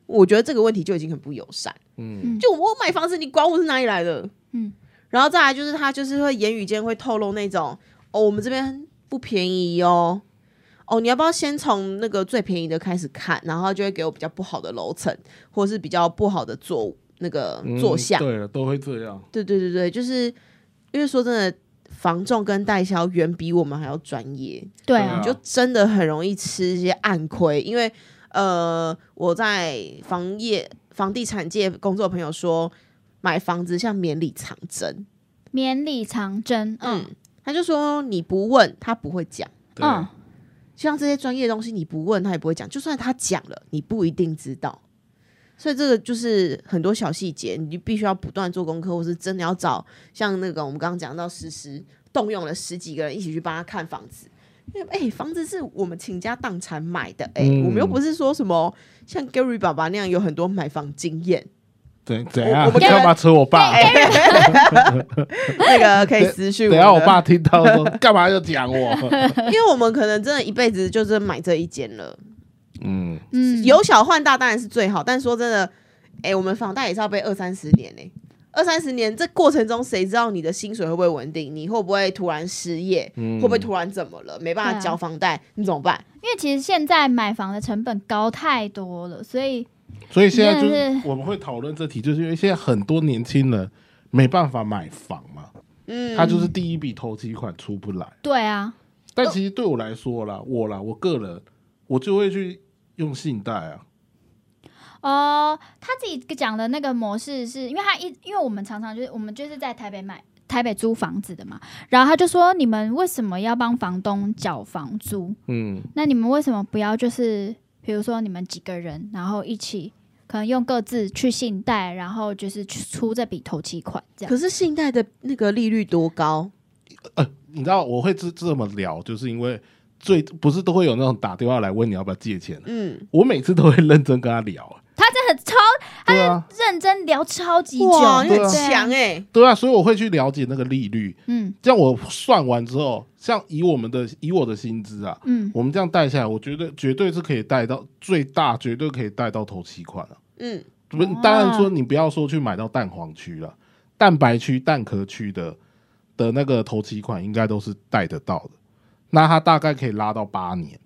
[SPEAKER 1] 我觉得这个问题就已经很不友善。
[SPEAKER 2] 嗯
[SPEAKER 1] 就我买房子，你管我是哪里来的？
[SPEAKER 2] 嗯，
[SPEAKER 1] 然后再来就是他就是会言语间会透露那种哦，我们这边不便宜哦，哦，你要不要先从那个最便宜的开始看？然后就会给我比较不好的楼层，或是比较不好的坐那个
[SPEAKER 3] 嗯
[SPEAKER 1] 坐向。
[SPEAKER 3] 对了，都会这样。
[SPEAKER 1] 对对对对，就是因为说真的，房仲跟代销远比我们还要专业。
[SPEAKER 2] 对
[SPEAKER 3] 对啊
[SPEAKER 2] 啊
[SPEAKER 1] 你，就真的很容易吃一些暗亏，因为呃，我在房业、房地产界工作的朋友说，买房子像绵里藏针，
[SPEAKER 2] 绵里藏针，嗯
[SPEAKER 1] 嗯，他就说你不问他不会讲，
[SPEAKER 3] 对
[SPEAKER 2] 嗯，
[SPEAKER 1] 像这些专业的东西你不问他也不会讲，就算他讲了，你不一定知道。所以这个就是很多小细节，你就必须要不断做功课，或是真的要找像那个我们刚刚讲到实施动用了十几个人一起去帮他看房子，因为哎、房子是我们倾家荡产买的，哎、
[SPEAKER 3] 嗯
[SPEAKER 1] 我们又不是说什么像 Gary 爸爸那样有很多买房经验，
[SPEAKER 3] 对，怎样？
[SPEAKER 1] 我们
[SPEAKER 3] 你干嘛扯我爸？
[SPEAKER 1] 那个可以私讯
[SPEAKER 3] 等
[SPEAKER 1] 我
[SPEAKER 3] 一下我
[SPEAKER 1] 的。
[SPEAKER 3] 爸听到说 干嘛要讲我？
[SPEAKER 1] 因为我们可能真的一辈子就真的买这一间了，
[SPEAKER 3] 嗯，
[SPEAKER 2] 嗯，
[SPEAKER 1] 由小换大当然是最好，但说真的，哎、我们房贷也是要背二三十年呢、二三十年这过程中，谁知道你的薪水会不会稳定？你会不会突然失业？
[SPEAKER 3] 嗯
[SPEAKER 1] 会不会突然怎么了？没办
[SPEAKER 2] 对
[SPEAKER 1] 法
[SPEAKER 2] 啊
[SPEAKER 1] 交房贷，你怎么办？
[SPEAKER 2] 因为其实现在买房的成本高太多了，所以
[SPEAKER 3] 所以现在就
[SPEAKER 2] 真的
[SPEAKER 3] 是我们会讨论这题，就是因为现在很多年轻人没办法买房嘛，
[SPEAKER 1] 嗯，
[SPEAKER 3] 他就是第一笔头期款出不来。
[SPEAKER 2] 对啊，
[SPEAKER 3] 但其实对我来说啦，我啦，我个人我就会去用信贷啊，
[SPEAKER 2] 哦、他自己讲的那个模式是，因为他一，因为我们常常就是我们就是在台北买台北租房子的嘛，然后他就说你们为什么要帮房东缴房租？
[SPEAKER 3] 嗯，
[SPEAKER 2] 那你们为什么不要就是比如说你们几个人，然后一起可能用各自去信贷，然后就是去出这笔头期款这样？
[SPEAKER 1] 可是信贷的那个利率多高？
[SPEAKER 3] 你知道我会这这么聊，就是因为最不是都会有那种打电话来问你要不要借钱，
[SPEAKER 1] 嗯，
[SPEAKER 3] 我每次都会认真跟他聊，
[SPEAKER 2] 他真的超
[SPEAKER 3] 对啊，
[SPEAKER 2] 认真聊超级久，
[SPEAKER 1] 哇，你
[SPEAKER 3] 对
[SPEAKER 1] 很
[SPEAKER 3] 啊
[SPEAKER 1] 强
[SPEAKER 2] 对啊
[SPEAKER 1] 哎、
[SPEAKER 3] 对啊，所以我会去了解那个利率，
[SPEAKER 2] 嗯
[SPEAKER 3] 这样我算完之后，像以我们的以我的薪资啊，
[SPEAKER 2] 嗯，
[SPEAKER 3] 我们这样贷下来，我觉得绝对是可以贷到最大，绝对可以贷到头期款啊。
[SPEAKER 1] 嗯，
[SPEAKER 3] 不，当然
[SPEAKER 1] 哦
[SPEAKER 3] 说你不要说去买到蛋黄区了，蛋白区、蛋壳区的的那个头期款应该都是贷得到的。那它大概可以拉到八年，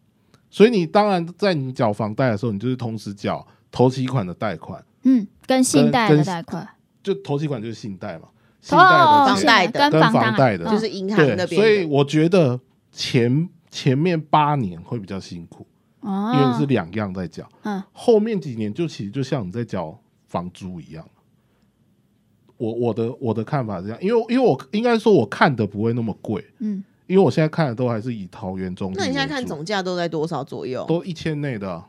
[SPEAKER 3] 所以你当然在你缴房贷的时候，你就是同时缴头期款的贷款，
[SPEAKER 2] 嗯，跟信
[SPEAKER 3] 跟
[SPEAKER 2] 贷
[SPEAKER 3] 跟
[SPEAKER 2] 的贷款，哦
[SPEAKER 3] 就头期款就是信贷嘛，信贷的
[SPEAKER 1] 哦房
[SPEAKER 3] 钱
[SPEAKER 1] 贷的
[SPEAKER 2] 跟
[SPEAKER 3] 跟
[SPEAKER 2] 房
[SPEAKER 3] 房贷的
[SPEAKER 2] 嗯
[SPEAKER 1] 就是银行
[SPEAKER 3] 对，
[SPEAKER 1] 那边的。
[SPEAKER 3] 所以我觉得前前面八年会比较辛苦，因为你是
[SPEAKER 2] 哦，
[SPEAKER 3] 两样在缴，
[SPEAKER 2] 嗯，
[SPEAKER 3] 后面几年就其实就像你在缴房租一样。我我的我的看法是这样，因为因为我应该说我看的不会那么贵，
[SPEAKER 2] 嗯，
[SPEAKER 3] 因为我现在看的都还是以桃园中立
[SPEAKER 1] 那你现在看
[SPEAKER 3] 为主
[SPEAKER 1] 总价都在多少左右？
[SPEAKER 3] 都一千内的啊，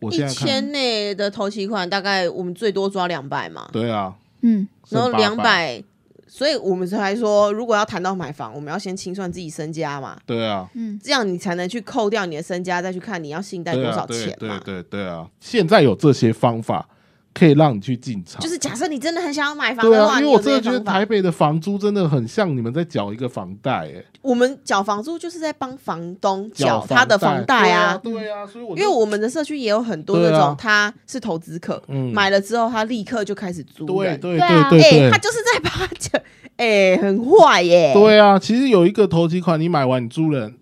[SPEAKER 3] 我
[SPEAKER 1] 一
[SPEAKER 3] 现在看
[SPEAKER 1] 千内的头期款大概我们最多抓两百嘛，
[SPEAKER 3] 对啊，
[SPEAKER 2] 嗯，
[SPEAKER 1] 然后
[SPEAKER 3] 剩
[SPEAKER 1] 两
[SPEAKER 3] 800
[SPEAKER 1] 百，所以我们才说，如果要谈到买房，我们要先清算自己身家嘛，
[SPEAKER 3] 对啊，
[SPEAKER 2] 嗯，
[SPEAKER 1] 这样你才能去扣掉你的身家，再去看你要信贷
[SPEAKER 3] 对
[SPEAKER 1] 多
[SPEAKER 3] 啊
[SPEAKER 1] 少
[SPEAKER 3] 对
[SPEAKER 1] 钱
[SPEAKER 3] 对
[SPEAKER 1] 嘛。
[SPEAKER 3] 对对啊，现在有这些方法可以让你去进场，
[SPEAKER 1] 就是假设你真的很想要买房
[SPEAKER 3] 对
[SPEAKER 1] 的话，
[SPEAKER 3] 啊，因
[SPEAKER 1] 你
[SPEAKER 3] 为我
[SPEAKER 1] 有这
[SPEAKER 3] 真
[SPEAKER 1] 些
[SPEAKER 3] 的觉得
[SPEAKER 1] 方
[SPEAKER 3] 台
[SPEAKER 1] 法。
[SPEAKER 3] 北的房租真的很像你们在缴一个房贷、欸，
[SPEAKER 1] 我们缴房租就是在帮房东
[SPEAKER 3] 缴
[SPEAKER 1] 缴他的
[SPEAKER 3] 房
[SPEAKER 1] 房贷啊，
[SPEAKER 3] 对啊，对啊所以我
[SPEAKER 1] 因
[SPEAKER 3] 就
[SPEAKER 1] 为我们的社区也有很多那
[SPEAKER 3] 对啊
[SPEAKER 1] 种他是投资客，
[SPEAKER 3] 嗯
[SPEAKER 1] 买了之后他立刻就开始租
[SPEAKER 3] 对
[SPEAKER 1] 人，
[SPEAKER 3] 对
[SPEAKER 2] 对啊
[SPEAKER 3] 对
[SPEAKER 1] 哎、
[SPEAKER 3] 对
[SPEAKER 1] 他就是在把这，哎、很坏耶、
[SPEAKER 3] 对啊，其实有一个投机款，你买完你租人，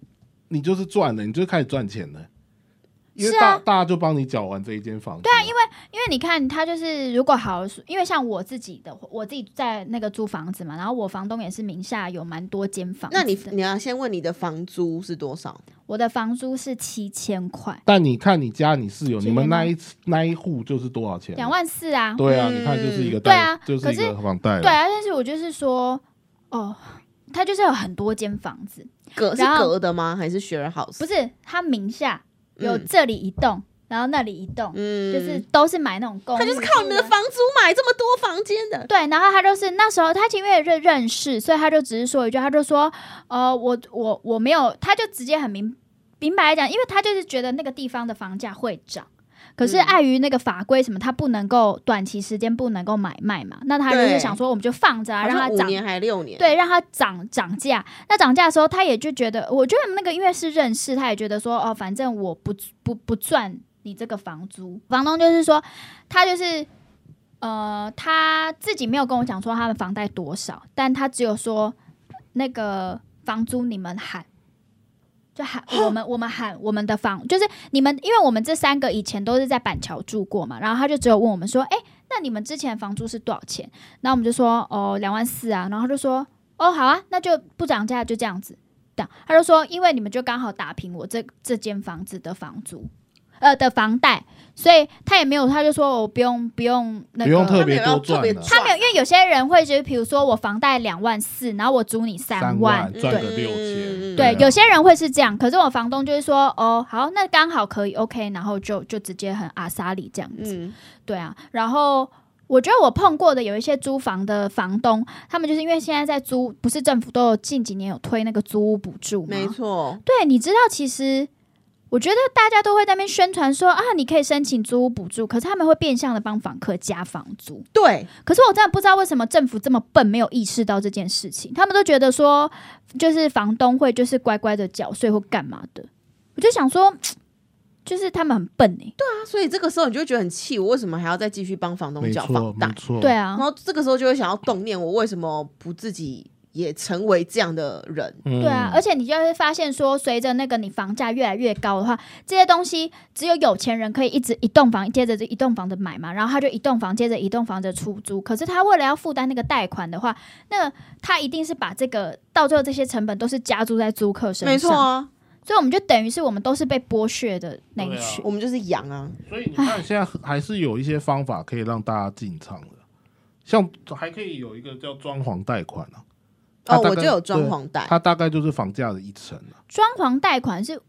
[SPEAKER 3] 你就是赚了，你就开始赚钱了。因为
[SPEAKER 2] 是
[SPEAKER 3] 大、
[SPEAKER 2] 啊
[SPEAKER 3] 大家就帮你缴完这一间房子，对啊，因为
[SPEAKER 2] 因为你看，他就是如果好，因为像我自己的，我自己在那个租房子嘛，然后我房东也是名下有蛮多间房子的
[SPEAKER 1] 那你你要先问你的房租是多少？
[SPEAKER 2] 我的房租是七千块，
[SPEAKER 3] 但你看你家你室友，
[SPEAKER 2] 今天
[SPEAKER 3] 你们那一那一户就是多少钱？
[SPEAKER 2] 两。万四啊，
[SPEAKER 3] 对啊，
[SPEAKER 1] 嗯
[SPEAKER 3] 你看就是一个
[SPEAKER 2] 对
[SPEAKER 3] 贷，
[SPEAKER 2] 啊
[SPEAKER 3] 就是一个房贷了。
[SPEAKER 2] 对啊，但是我就是说，哦，他就是有很多间房子，
[SPEAKER 1] 隔是
[SPEAKER 2] 然后
[SPEAKER 1] 隔的吗？还是 share house？
[SPEAKER 2] 不是他名下有
[SPEAKER 1] 嗯
[SPEAKER 2] 这里一栋，然后那里一栋，
[SPEAKER 1] 嗯
[SPEAKER 2] 就是都是买那种公寓，啊
[SPEAKER 1] 他就是靠你们的房租买这么多房间的。
[SPEAKER 2] 对，然后他就是那时候他因为认认识，所以他就只是说一句，他就说，呃，我我我没有，他就直接很明明白地讲，因为他就是觉得那个地方的房价会涨，可是
[SPEAKER 1] 嗯
[SPEAKER 2] 碍于那个法规什么，它不能够短期时间不能够买卖嘛，那他就是
[SPEAKER 1] 对
[SPEAKER 2] 想说我们就放着、啊，
[SPEAKER 1] 好
[SPEAKER 2] 让它
[SPEAKER 1] 像五
[SPEAKER 2] 涨
[SPEAKER 1] 年还六年，，
[SPEAKER 2] 对，让它涨涨价。那涨价的时候，他也就觉得，我觉得那个因为是认识，他也觉得说，哦，反正我不不不赚你这个房租。房东就是说，他就是呃，他自己没有跟我讲说他的房贷多少，但他只有说那个房租你们喊。就喊我们，我们喊我们的房，就是你们，因为我们这三个以前都是在板桥住过嘛，然后他就只有问我们说，哎、那你们之前房租是多少钱？然后我们就说，哦，两万四啊，然后他就说，哦，好啊，那就不涨价，就这样子。这样，他就说，因为你们就刚好打平我这这间房子的房租，呃的房贷，所以他也没有，他就说我不用不用那个，
[SPEAKER 3] 不用特
[SPEAKER 1] 他
[SPEAKER 3] 别
[SPEAKER 1] 没有要
[SPEAKER 3] 多赚
[SPEAKER 1] 特别
[SPEAKER 3] 了
[SPEAKER 2] 他没有，因为有些人会觉得，比如说我房贷两万四，然后我租你三
[SPEAKER 3] 三
[SPEAKER 2] 万。
[SPEAKER 3] 赚个
[SPEAKER 1] 对
[SPEAKER 3] 六千，
[SPEAKER 1] 嗯
[SPEAKER 2] 对，
[SPEAKER 3] 啊
[SPEAKER 2] 有些人会是这样，可是我房东就是说，哦，好，那刚好可以，OK，然后就就直接很阿莎里这样子，
[SPEAKER 1] 嗯，
[SPEAKER 2] 对啊，然后我觉得我碰过的有一些租房的房东，他们就是因为现在在租，不是政府都有近几年有推那个租屋补助吗？
[SPEAKER 1] 没错，
[SPEAKER 2] 对，你知道其实。我觉得大家都会在那边宣传说啊，你可以申请租屋补助，可是他们会变相的帮房客加房租。
[SPEAKER 1] 对，
[SPEAKER 2] 可是我真的不知道为什么政府这么笨，没有意识到这件事情。他们都觉得说，就是房东会就是乖乖的缴税或干嘛的。我就想说，就是他们很笨哎、
[SPEAKER 1] 啊所以这个时候你就会觉得很气，我为什么还要再继续帮房东
[SPEAKER 3] 没
[SPEAKER 1] 缴
[SPEAKER 3] 错
[SPEAKER 1] 房贷
[SPEAKER 3] 没？错，
[SPEAKER 2] 对啊
[SPEAKER 1] 然，后这个时候就会想要动念，我为什么不自己也成为这样的人？
[SPEAKER 3] 嗯
[SPEAKER 2] 对啊，而且你就会发现说，随着那个你房价越来越高的话，这些东西只有有钱人可以一直一栋房接着一栋房的买嘛，然后他就一栋房接着一栋房的出租。可是他为了要负担那个贷款的话，那他一定是把这个到最后这些成本都是加注在租客身上。
[SPEAKER 1] 没错啊，
[SPEAKER 2] 所以我们就等于是我们都是被剥削的那一群。
[SPEAKER 1] 我们就是羊啊，
[SPEAKER 3] 所以你看，现在还是有一些方法可以让大家进场的，像还可以有一个叫装潢贷款啊。它
[SPEAKER 1] 哦，
[SPEAKER 3] 大
[SPEAKER 1] 我
[SPEAKER 3] 概
[SPEAKER 1] 就有装
[SPEAKER 3] 对
[SPEAKER 1] 潢贷，
[SPEAKER 3] 它大概就是房价的一成啊，
[SPEAKER 2] 装潢贷款是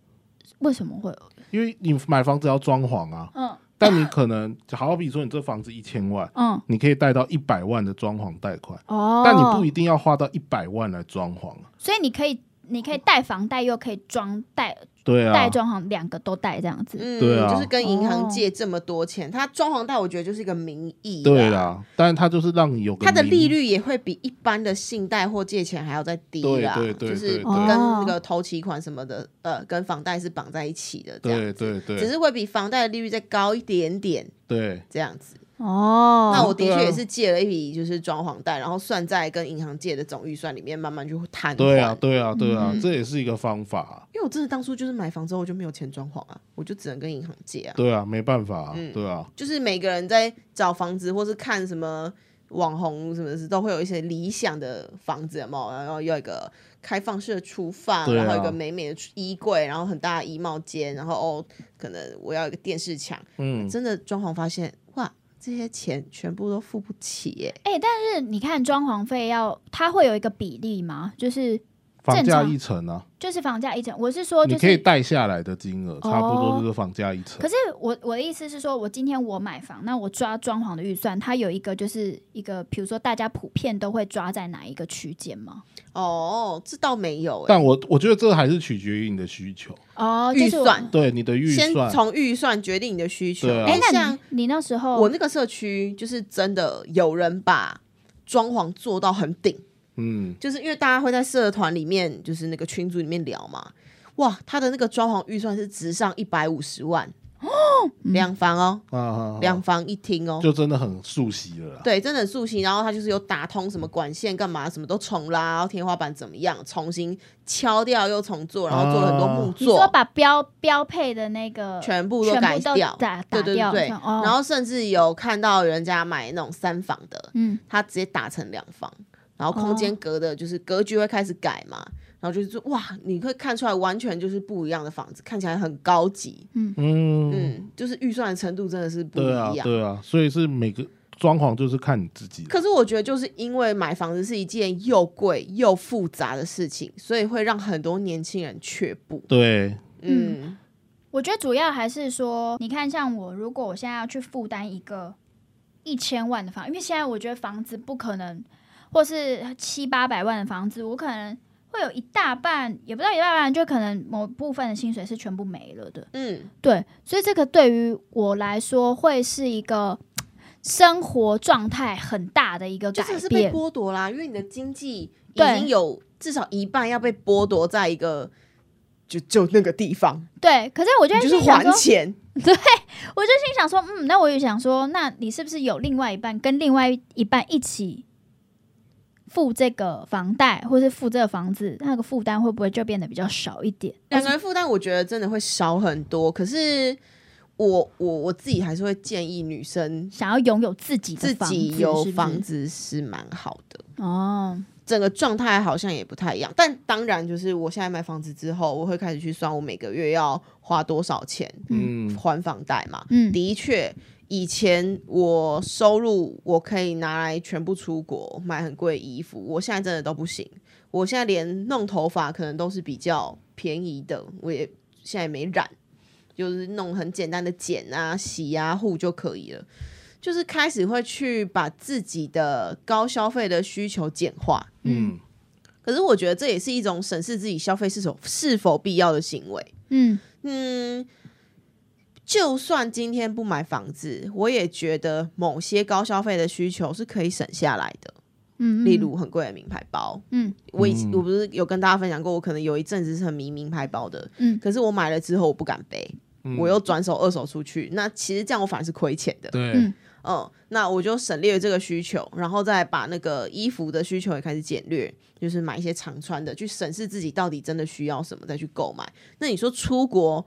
[SPEAKER 2] 为什么会有？
[SPEAKER 3] 因为你买房子要装潢啊，
[SPEAKER 2] 嗯
[SPEAKER 3] 但你可能好比说你这房子一千万，
[SPEAKER 2] 嗯
[SPEAKER 3] 你可以贷到一百万的装潢贷款，
[SPEAKER 2] 哦，
[SPEAKER 3] 但你不一定要花到一百万来装潢啊。
[SPEAKER 2] 所以你可以你可以贷房贷又可以装贷
[SPEAKER 3] 对
[SPEAKER 2] 贷
[SPEAKER 3] 啊，
[SPEAKER 2] 装潢两个都贷这样子。
[SPEAKER 1] 嗯，
[SPEAKER 3] 对啊
[SPEAKER 1] 就是跟银行
[SPEAKER 2] 哦
[SPEAKER 1] 借这么多钱，它装潢贷我觉得就是一个名义，
[SPEAKER 3] 对，啊啦，但它就是让你有个
[SPEAKER 1] 它的
[SPEAKER 3] 名
[SPEAKER 1] 利率也会比一般的信贷或借钱还要再低啦，
[SPEAKER 3] 对对对
[SPEAKER 1] 就是
[SPEAKER 3] 对
[SPEAKER 1] 跟
[SPEAKER 2] 哦
[SPEAKER 1] 那个头期款什么的，呃，跟房贷是绑在一起的，这样，
[SPEAKER 3] 对对
[SPEAKER 1] 只
[SPEAKER 3] 对
[SPEAKER 1] 是会比房贷的利率再高一点点
[SPEAKER 3] 对，
[SPEAKER 1] 这样子。
[SPEAKER 2] 哦，
[SPEAKER 1] 那我的
[SPEAKER 3] 对啊
[SPEAKER 1] 确也是借了一笔就是装潢贷，然后算在跟银行借的总预算里面慢慢去摊
[SPEAKER 3] 对啊
[SPEAKER 1] 还
[SPEAKER 3] 对啊对啊，
[SPEAKER 1] 嗯
[SPEAKER 3] 这也是一个方法啊，
[SPEAKER 1] 因为我真的当初就是买房之后我就没有钱装潢啊，我就只能跟银行借啊。
[SPEAKER 3] 对啊，没办法啊，
[SPEAKER 1] 嗯
[SPEAKER 3] 对啊，
[SPEAKER 1] 就是每个人在找房子或是看什么网红什么的，都会有一些理想的房子，有没有？然后要一个开放式的厨房，
[SPEAKER 3] 对啊
[SPEAKER 1] 然后有一个美美的衣柜，然后很大的衣帽间，然后哦，可能我要一个电视墙。
[SPEAKER 3] 嗯，
[SPEAKER 1] 真的装潢发现，哇，这些钱全部都付不起耶、
[SPEAKER 2] 但是你看装潢费要它会有一个比例吗？就是
[SPEAKER 3] 房
[SPEAKER 2] 正
[SPEAKER 3] 价
[SPEAKER 2] 常
[SPEAKER 3] 一成啊，
[SPEAKER 2] 就是房价一整，我是
[SPEAKER 1] 哦
[SPEAKER 2] 说就
[SPEAKER 3] 你可以
[SPEAKER 2] 是。
[SPEAKER 3] 贷下来的金额差不多就是房价一成
[SPEAKER 2] 可。是我我的意思是说，我今天我买房，那我抓装潢的预算，它有一个就是一个，比如说大家普遍都会抓在哪一个区间吗？
[SPEAKER 1] 哦，这倒没有哎、
[SPEAKER 3] 但我我觉得这还是取决于你的需求，
[SPEAKER 2] 哦，
[SPEAKER 1] 预
[SPEAKER 2] 就是我
[SPEAKER 1] 算
[SPEAKER 3] 对你的预
[SPEAKER 1] 先
[SPEAKER 3] 算，
[SPEAKER 1] 从预算决定你的需求。
[SPEAKER 3] 对啊
[SPEAKER 2] 哎、
[SPEAKER 1] 哎、
[SPEAKER 2] 那
[SPEAKER 1] 像
[SPEAKER 2] 你你那时候
[SPEAKER 1] 我那个社区，就是真的有人把装潢做到很顶。
[SPEAKER 3] 嗯，
[SPEAKER 1] 就是因为大家会在社团里面，就是那个群组里面聊嘛。哇，他的那个装潢预算是直上一百五十万哦，两
[SPEAKER 2] 嗯
[SPEAKER 1] 房哦，
[SPEAKER 3] 啊啊，啊
[SPEAKER 1] 两房一厅哦。
[SPEAKER 3] 就真的很熟悉了啦。
[SPEAKER 1] 对，真的很塑形，然后他就是有打通什么管线干嘛，什么都重拉，然后天花板怎么样，重新敲掉又重做，然后做了很多木
[SPEAKER 2] 哦你说
[SPEAKER 1] 座，
[SPEAKER 2] 把标标配的那个
[SPEAKER 1] 全部
[SPEAKER 2] 全
[SPEAKER 1] 都
[SPEAKER 2] 部
[SPEAKER 1] 改
[SPEAKER 2] 都
[SPEAKER 1] 掉。
[SPEAKER 2] 打打
[SPEAKER 1] 对对
[SPEAKER 2] 掉，
[SPEAKER 1] 对对，
[SPEAKER 2] 这样哦、
[SPEAKER 1] 然后甚至有看到人家买那种三房的，
[SPEAKER 2] 嗯，
[SPEAKER 1] 他直接打成两房，然后空间隔的就是格局会开始改嘛，然后就是说哇，你会看出来完全就是不一样的房子，看起来很高级，
[SPEAKER 3] 嗯，
[SPEAKER 1] 嗯，就是预算的程度真的是不一
[SPEAKER 3] 对啊，
[SPEAKER 1] 样。
[SPEAKER 3] 对啊，所以是每个装潢就是看你自己的。
[SPEAKER 1] 可是我觉得，就是因为买房子是一件又贵又复杂的事情，所以会让很多年轻人却步。
[SPEAKER 3] 对，
[SPEAKER 1] 嗯，
[SPEAKER 2] 我觉得主要还是说，你看，像我，如果我现在要去负担一个一千万的房，因为现在我觉得房子不可能，或是七八百万的房子，我可能。会有一大半，也不知道一大半，就可能某部分的薪水是全部没了的。
[SPEAKER 1] 嗯，
[SPEAKER 2] 对，所以这个对于我来说会是一个生活状态很大的一个
[SPEAKER 1] 就
[SPEAKER 2] 改
[SPEAKER 1] 真的是被
[SPEAKER 2] 变。
[SPEAKER 1] 剥夺啦，因为你的经济已
[SPEAKER 2] 对
[SPEAKER 1] 经有至少一半要被剥夺在一个就就那个地方，
[SPEAKER 2] 对，可是我就
[SPEAKER 1] 你
[SPEAKER 2] 会
[SPEAKER 1] 就是
[SPEAKER 2] 心想
[SPEAKER 1] 还
[SPEAKER 2] 说，
[SPEAKER 1] 钱，
[SPEAKER 2] 我就心想说，嗯，那我也想说，那你是不是有另外一半跟另外一半一起付这个房贷，或是付这个房子，那个负担会不会就变得比较少一点？
[SPEAKER 1] 两个人负担，我觉得真的会少很多。可是我我我自己还是会建议女生
[SPEAKER 2] 想要拥有自己的
[SPEAKER 1] 自
[SPEAKER 2] 房
[SPEAKER 1] 己
[SPEAKER 2] 子
[SPEAKER 1] 有
[SPEAKER 2] 是不是
[SPEAKER 1] 房子是蛮好的，
[SPEAKER 2] 哦，
[SPEAKER 1] 整个状态好像也不太一样。但当然，就是我现在买房子之后，我会开始去算我每个月要花多少钱
[SPEAKER 3] 嗯
[SPEAKER 1] 还房贷嘛。
[SPEAKER 2] 嗯，
[SPEAKER 1] 的确，以前我收入我可以拿来全部出国买很贵的衣服，我现在真的都不行。我现在连弄头发可能都是比较便宜的，我也现在也没染，就是弄很简单的剪啊、洗啊、护就可以了。就是开始会去把自己的高消费的需求简化，
[SPEAKER 3] 嗯，
[SPEAKER 1] 可是我觉得这也是一种审视自己消费是否是否必要的行为。
[SPEAKER 2] 嗯，
[SPEAKER 1] 嗯，就算今天不买房子，我也觉得某些高消费的需求是可以省下来的，
[SPEAKER 2] 嗯，嗯
[SPEAKER 1] 例如很贵的名牌包。
[SPEAKER 2] 嗯，
[SPEAKER 1] 我以
[SPEAKER 3] 嗯
[SPEAKER 1] 我不是有跟大家分享过，我可能有一阵子是很迷名牌包的，
[SPEAKER 2] 嗯
[SPEAKER 1] 可是我买了之后我不敢背，
[SPEAKER 3] 嗯
[SPEAKER 1] 我又转手二手出去，那其实这样我反而是亏钱的。
[SPEAKER 3] 对
[SPEAKER 2] 嗯，
[SPEAKER 1] 嗯，那我就省略这个需求，然后再把那个衣服的需求也开始简略，就是买一些常穿的，去审视自己到底真的需要什么，再去购买。那你说出国，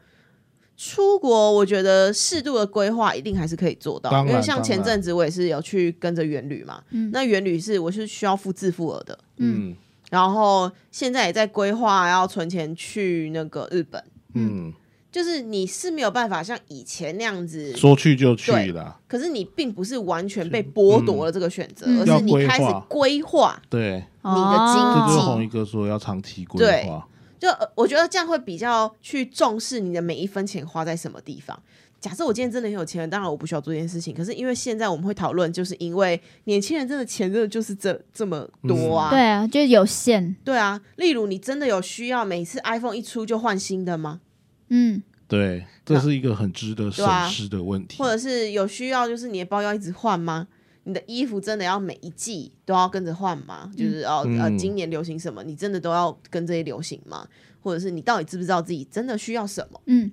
[SPEAKER 1] 出国我觉得适度的规划一定还是可以做到
[SPEAKER 3] 当，然
[SPEAKER 1] 因为像前
[SPEAKER 3] 当然
[SPEAKER 1] 阵子我也是有去跟着远旅嘛，
[SPEAKER 2] 嗯
[SPEAKER 1] 那远旅是我是需要付自付额的，
[SPEAKER 3] 嗯
[SPEAKER 1] 然后现在也在规划要存钱去那个日本，
[SPEAKER 3] 嗯，
[SPEAKER 1] 就是你是没有办法像以前那样子
[SPEAKER 3] 说去就去
[SPEAKER 1] 对
[SPEAKER 3] 啦，
[SPEAKER 1] 可是你并不是完全被剥夺了这个选择，
[SPEAKER 2] 嗯
[SPEAKER 1] 而是你开始规划。
[SPEAKER 3] 对，
[SPEAKER 1] 你的经
[SPEAKER 3] 这
[SPEAKER 1] 哦济
[SPEAKER 3] 就是
[SPEAKER 1] 好
[SPEAKER 3] 红一哥说要长期规
[SPEAKER 1] 对
[SPEAKER 3] 划，
[SPEAKER 1] 就呃我觉得这样会比较去重视你的每一分钱花在什么地方。假设我今天真的很有钱了，当然我不需要做这件事情。可是因为现在我们会讨论，就是因为年轻人真的钱真的就是这这么多啊，
[SPEAKER 2] 对啊，就是有限，
[SPEAKER 1] 对啊。例如你真的有需要每次 iPhone 一出就换新的吗？
[SPEAKER 2] 嗯
[SPEAKER 3] 对，这是一个很值得
[SPEAKER 1] 啊对
[SPEAKER 3] 审
[SPEAKER 1] 啊
[SPEAKER 3] 视的问题
[SPEAKER 1] 或。者是有需要就是你的包要一直换吗？你的衣服真的要每一季都要跟着换吗？就是哦、呃，
[SPEAKER 3] 嗯
[SPEAKER 1] 今年流行什么，你真的都要跟这些流行吗？或者是你到底知不知道自己真的需要什么？
[SPEAKER 2] 嗯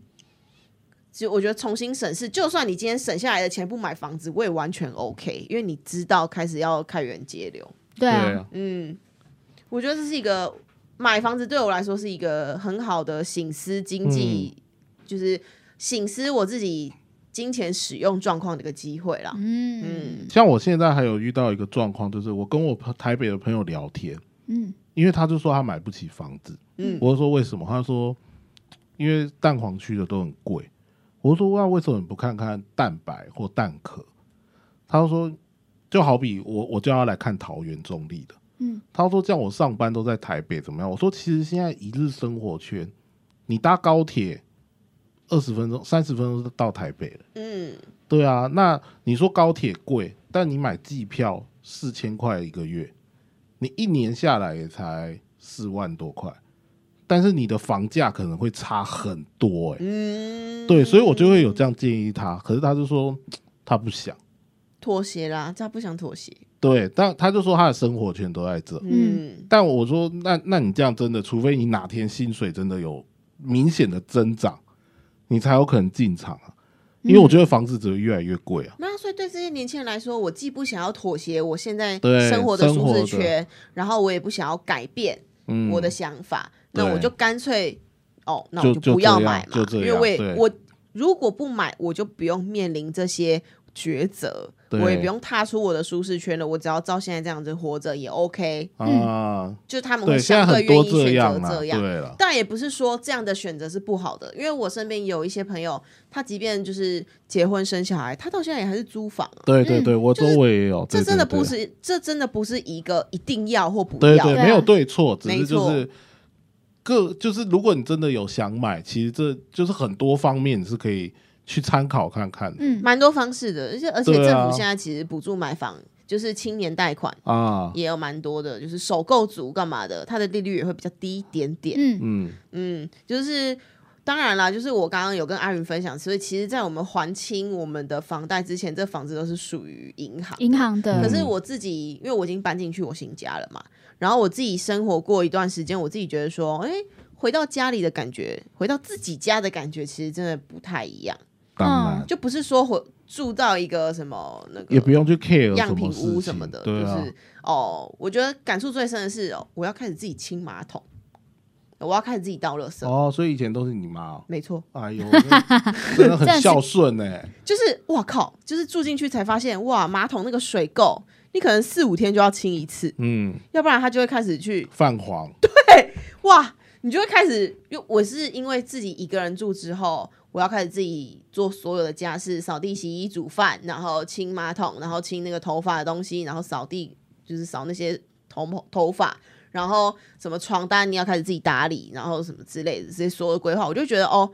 [SPEAKER 1] 就我觉得重新审视，就算你今天省下来的钱不买房子，我也完全 OK，因为你知道开始要开源节流。
[SPEAKER 2] 对啊，
[SPEAKER 3] 啊，
[SPEAKER 1] 嗯，我觉得这是一个买房子对我来说是一个很好的醒思经
[SPEAKER 3] 嗯
[SPEAKER 1] 济，就是醒思我自己金钱使用状况的一个机会啦。
[SPEAKER 2] 嗯
[SPEAKER 3] 像我现在还有遇到一个状况，就是我跟我朋台北的朋友聊天，
[SPEAKER 2] 嗯
[SPEAKER 3] 因为他就说他买不起房子，
[SPEAKER 1] 嗯
[SPEAKER 3] 我就说为什么？他说因为蛋黄区的都很贵。我就说那为什么你不看看蛋白或蛋壳？他就说就好比我我叫他来看桃园中立的，
[SPEAKER 2] 嗯，
[SPEAKER 3] 他说这样我上班都在台北怎么样？我说其实现在一日生活圈，你搭高铁二十分钟、三十分钟就到台北了。
[SPEAKER 1] 嗯，
[SPEAKER 3] 对啊，那你说高铁贵，但你买机票四千块一个月，你一年下来也才四万多块，但是你的房价可能会差很多哎、
[SPEAKER 1] 嗯，
[SPEAKER 3] 对，所以我就会有这样建议他，可是他就说他不想，
[SPEAKER 1] 妥协啦，他不想妥协。
[SPEAKER 3] 对，但他就说他的生活圈都在这，
[SPEAKER 1] 嗯，
[SPEAKER 3] 但我说那那你这样真的，除非你哪天薪水真的有明显的增长，你才有可能进场啊，因为我觉得房子只会越来越贵啊。
[SPEAKER 1] 那、所以对这些年轻人来说，我既不想要妥协我现在
[SPEAKER 3] 对
[SPEAKER 1] 生活的
[SPEAKER 3] 生
[SPEAKER 1] 舒
[SPEAKER 3] 活
[SPEAKER 1] 适
[SPEAKER 3] 的
[SPEAKER 1] 圈，然后我也不想要改变
[SPEAKER 3] 嗯，
[SPEAKER 1] 我的想法，那
[SPEAKER 3] 对
[SPEAKER 1] 我就干脆哦，那
[SPEAKER 3] 就
[SPEAKER 1] 我
[SPEAKER 3] 就
[SPEAKER 1] 不要
[SPEAKER 3] 这样
[SPEAKER 1] 买嘛
[SPEAKER 3] 就，这
[SPEAKER 1] 因
[SPEAKER 3] 样
[SPEAKER 1] 为我也
[SPEAKER 3] 对
[SPEAKER 1] 我如果不买，我就不用面临这些抉择，
[SPEAKER 3] 对
[SPEAKER 1] 我也不用踏出我的舒适圈了，我只要照现在这样子活着也 OK。
[SPEAKER 3] 啊，
[SPEAKER 1] 就他们会
[SPEAKER 3] 对，现在
[SPEAKER 1] 相对
[SPEAKER 3] 很
[SPEAKER 1] 愿
[SPEAKER 3] 多
[SPEAKER 1] 意选择
[SPEAKER 3] 样啊啦，
[SPEAKER 1] 这样，
[SPEAKER 3] 对了，
[SPEAKER 1] 但也不是说这样的选择是不好的，因为我身边有一些朋友，他即便就是结婚生小孩，他到现在也还是租房啊。
[SPEAKER 3] 对对对，我周围也有，
[SPEAKER 1] 这
[SPEAKER 3] 对
[SPEAKER 1] 真的不，
[SPEAKER 3] 对
[SPEAKER 1] 是，这真的不是一个一定要或不
[SPEAKER 3] 对
[SPEAKER 1] 要。
[SPEAKER 3] 对
[SPEAKER 2] 对
[SPEAKER 3] 对，
[SPEAKER 2] 啊
[SPEAKER 3] 没有对错，只
[SPEAKER 1] 没
[SPEAKER 3] 是就
[SPEAKER 1] 错
[SPEAKER 3] 是各就是，如果你真的有想买，其实这就是很多方面是可以去参考看看的，
[SPEAKER 2] 嗯
[SPEAKER 1] 蛮多方式的，而且而且
[SPEAKER 3] 对啊
[SPEAKER 1] 政府现在其实补助买房就是青年贷款
[SPEAKER 3] 啊，
[SPEAKER 1] 也有蛮多的，就是首购族干嘛的，它的利率也会比较低一点点。
[SPEAKER 2] 嗯，
[SPEAKER 3] 嗯
[SPEAKER 1] 嗯，就是当然啦，就是我刚刚有跟阿云分享，所以其实，在我们还清我们的房贷之前，这房子都是属于银行。
[SPEAKER 2] 银行的，
[SPEAKER 1] 可是
[SPEAKER 3] 嗯
[SPEAKER 1] 我自己，因为我已经搬进去我新家了嘛，然后我自己生活过一段时间，我自己觉得说，哎、回到家里的感觉，回到自己家的感觉，其实真的不太一样，
[SPEAKER 3] 当然、
[SPEAKER 1] 就不是说回住到一个什么那个
[SPEAKER 3] 也不用去 care
[SPEAKER 1] 样
[SPEAKER 3] 什
[SPEAKER 1] 品
[SPEAKER 3] 么事
[SPEAKER 1] 屋
[SPEAKER 3] 情
[SPEAKER 1] 什么的，
[SPEAKER 3] 对啊，
[SPEAKER 1] 就是哦，我觉得感触最深的是，哦我要开始自己清马桶，我要开始自己倒垃圾，
[SPEAKER 3] 哦，所以以前都是你妈、哦，
[SPEAKER 1] 没错，
[SPEAKER 3] 哎 呦，真的很孝顺哎、
[SPEAKER 1] 就是哇靠，就是住进去才发现，哇，马桶那个水垢，你可能四五天就要清一次，
[SPEAKER 3] 嗯，
[SPEAKER 1] 要不然它就会开始去
[SPEAKER 3] 泛黄，
[SPEAKER 1] 哇，你就会开始，因为我是因为自己一个人住之后，我要开始自己做所有的家事，扫地、洗衣、煮饭，然后清马桶，然后清那个头发的东西，然后扫地就是扫那些头毛头发，然后什么床单你要开始自己打理，然后什么之类的这些所有的规划，我就觉得哦，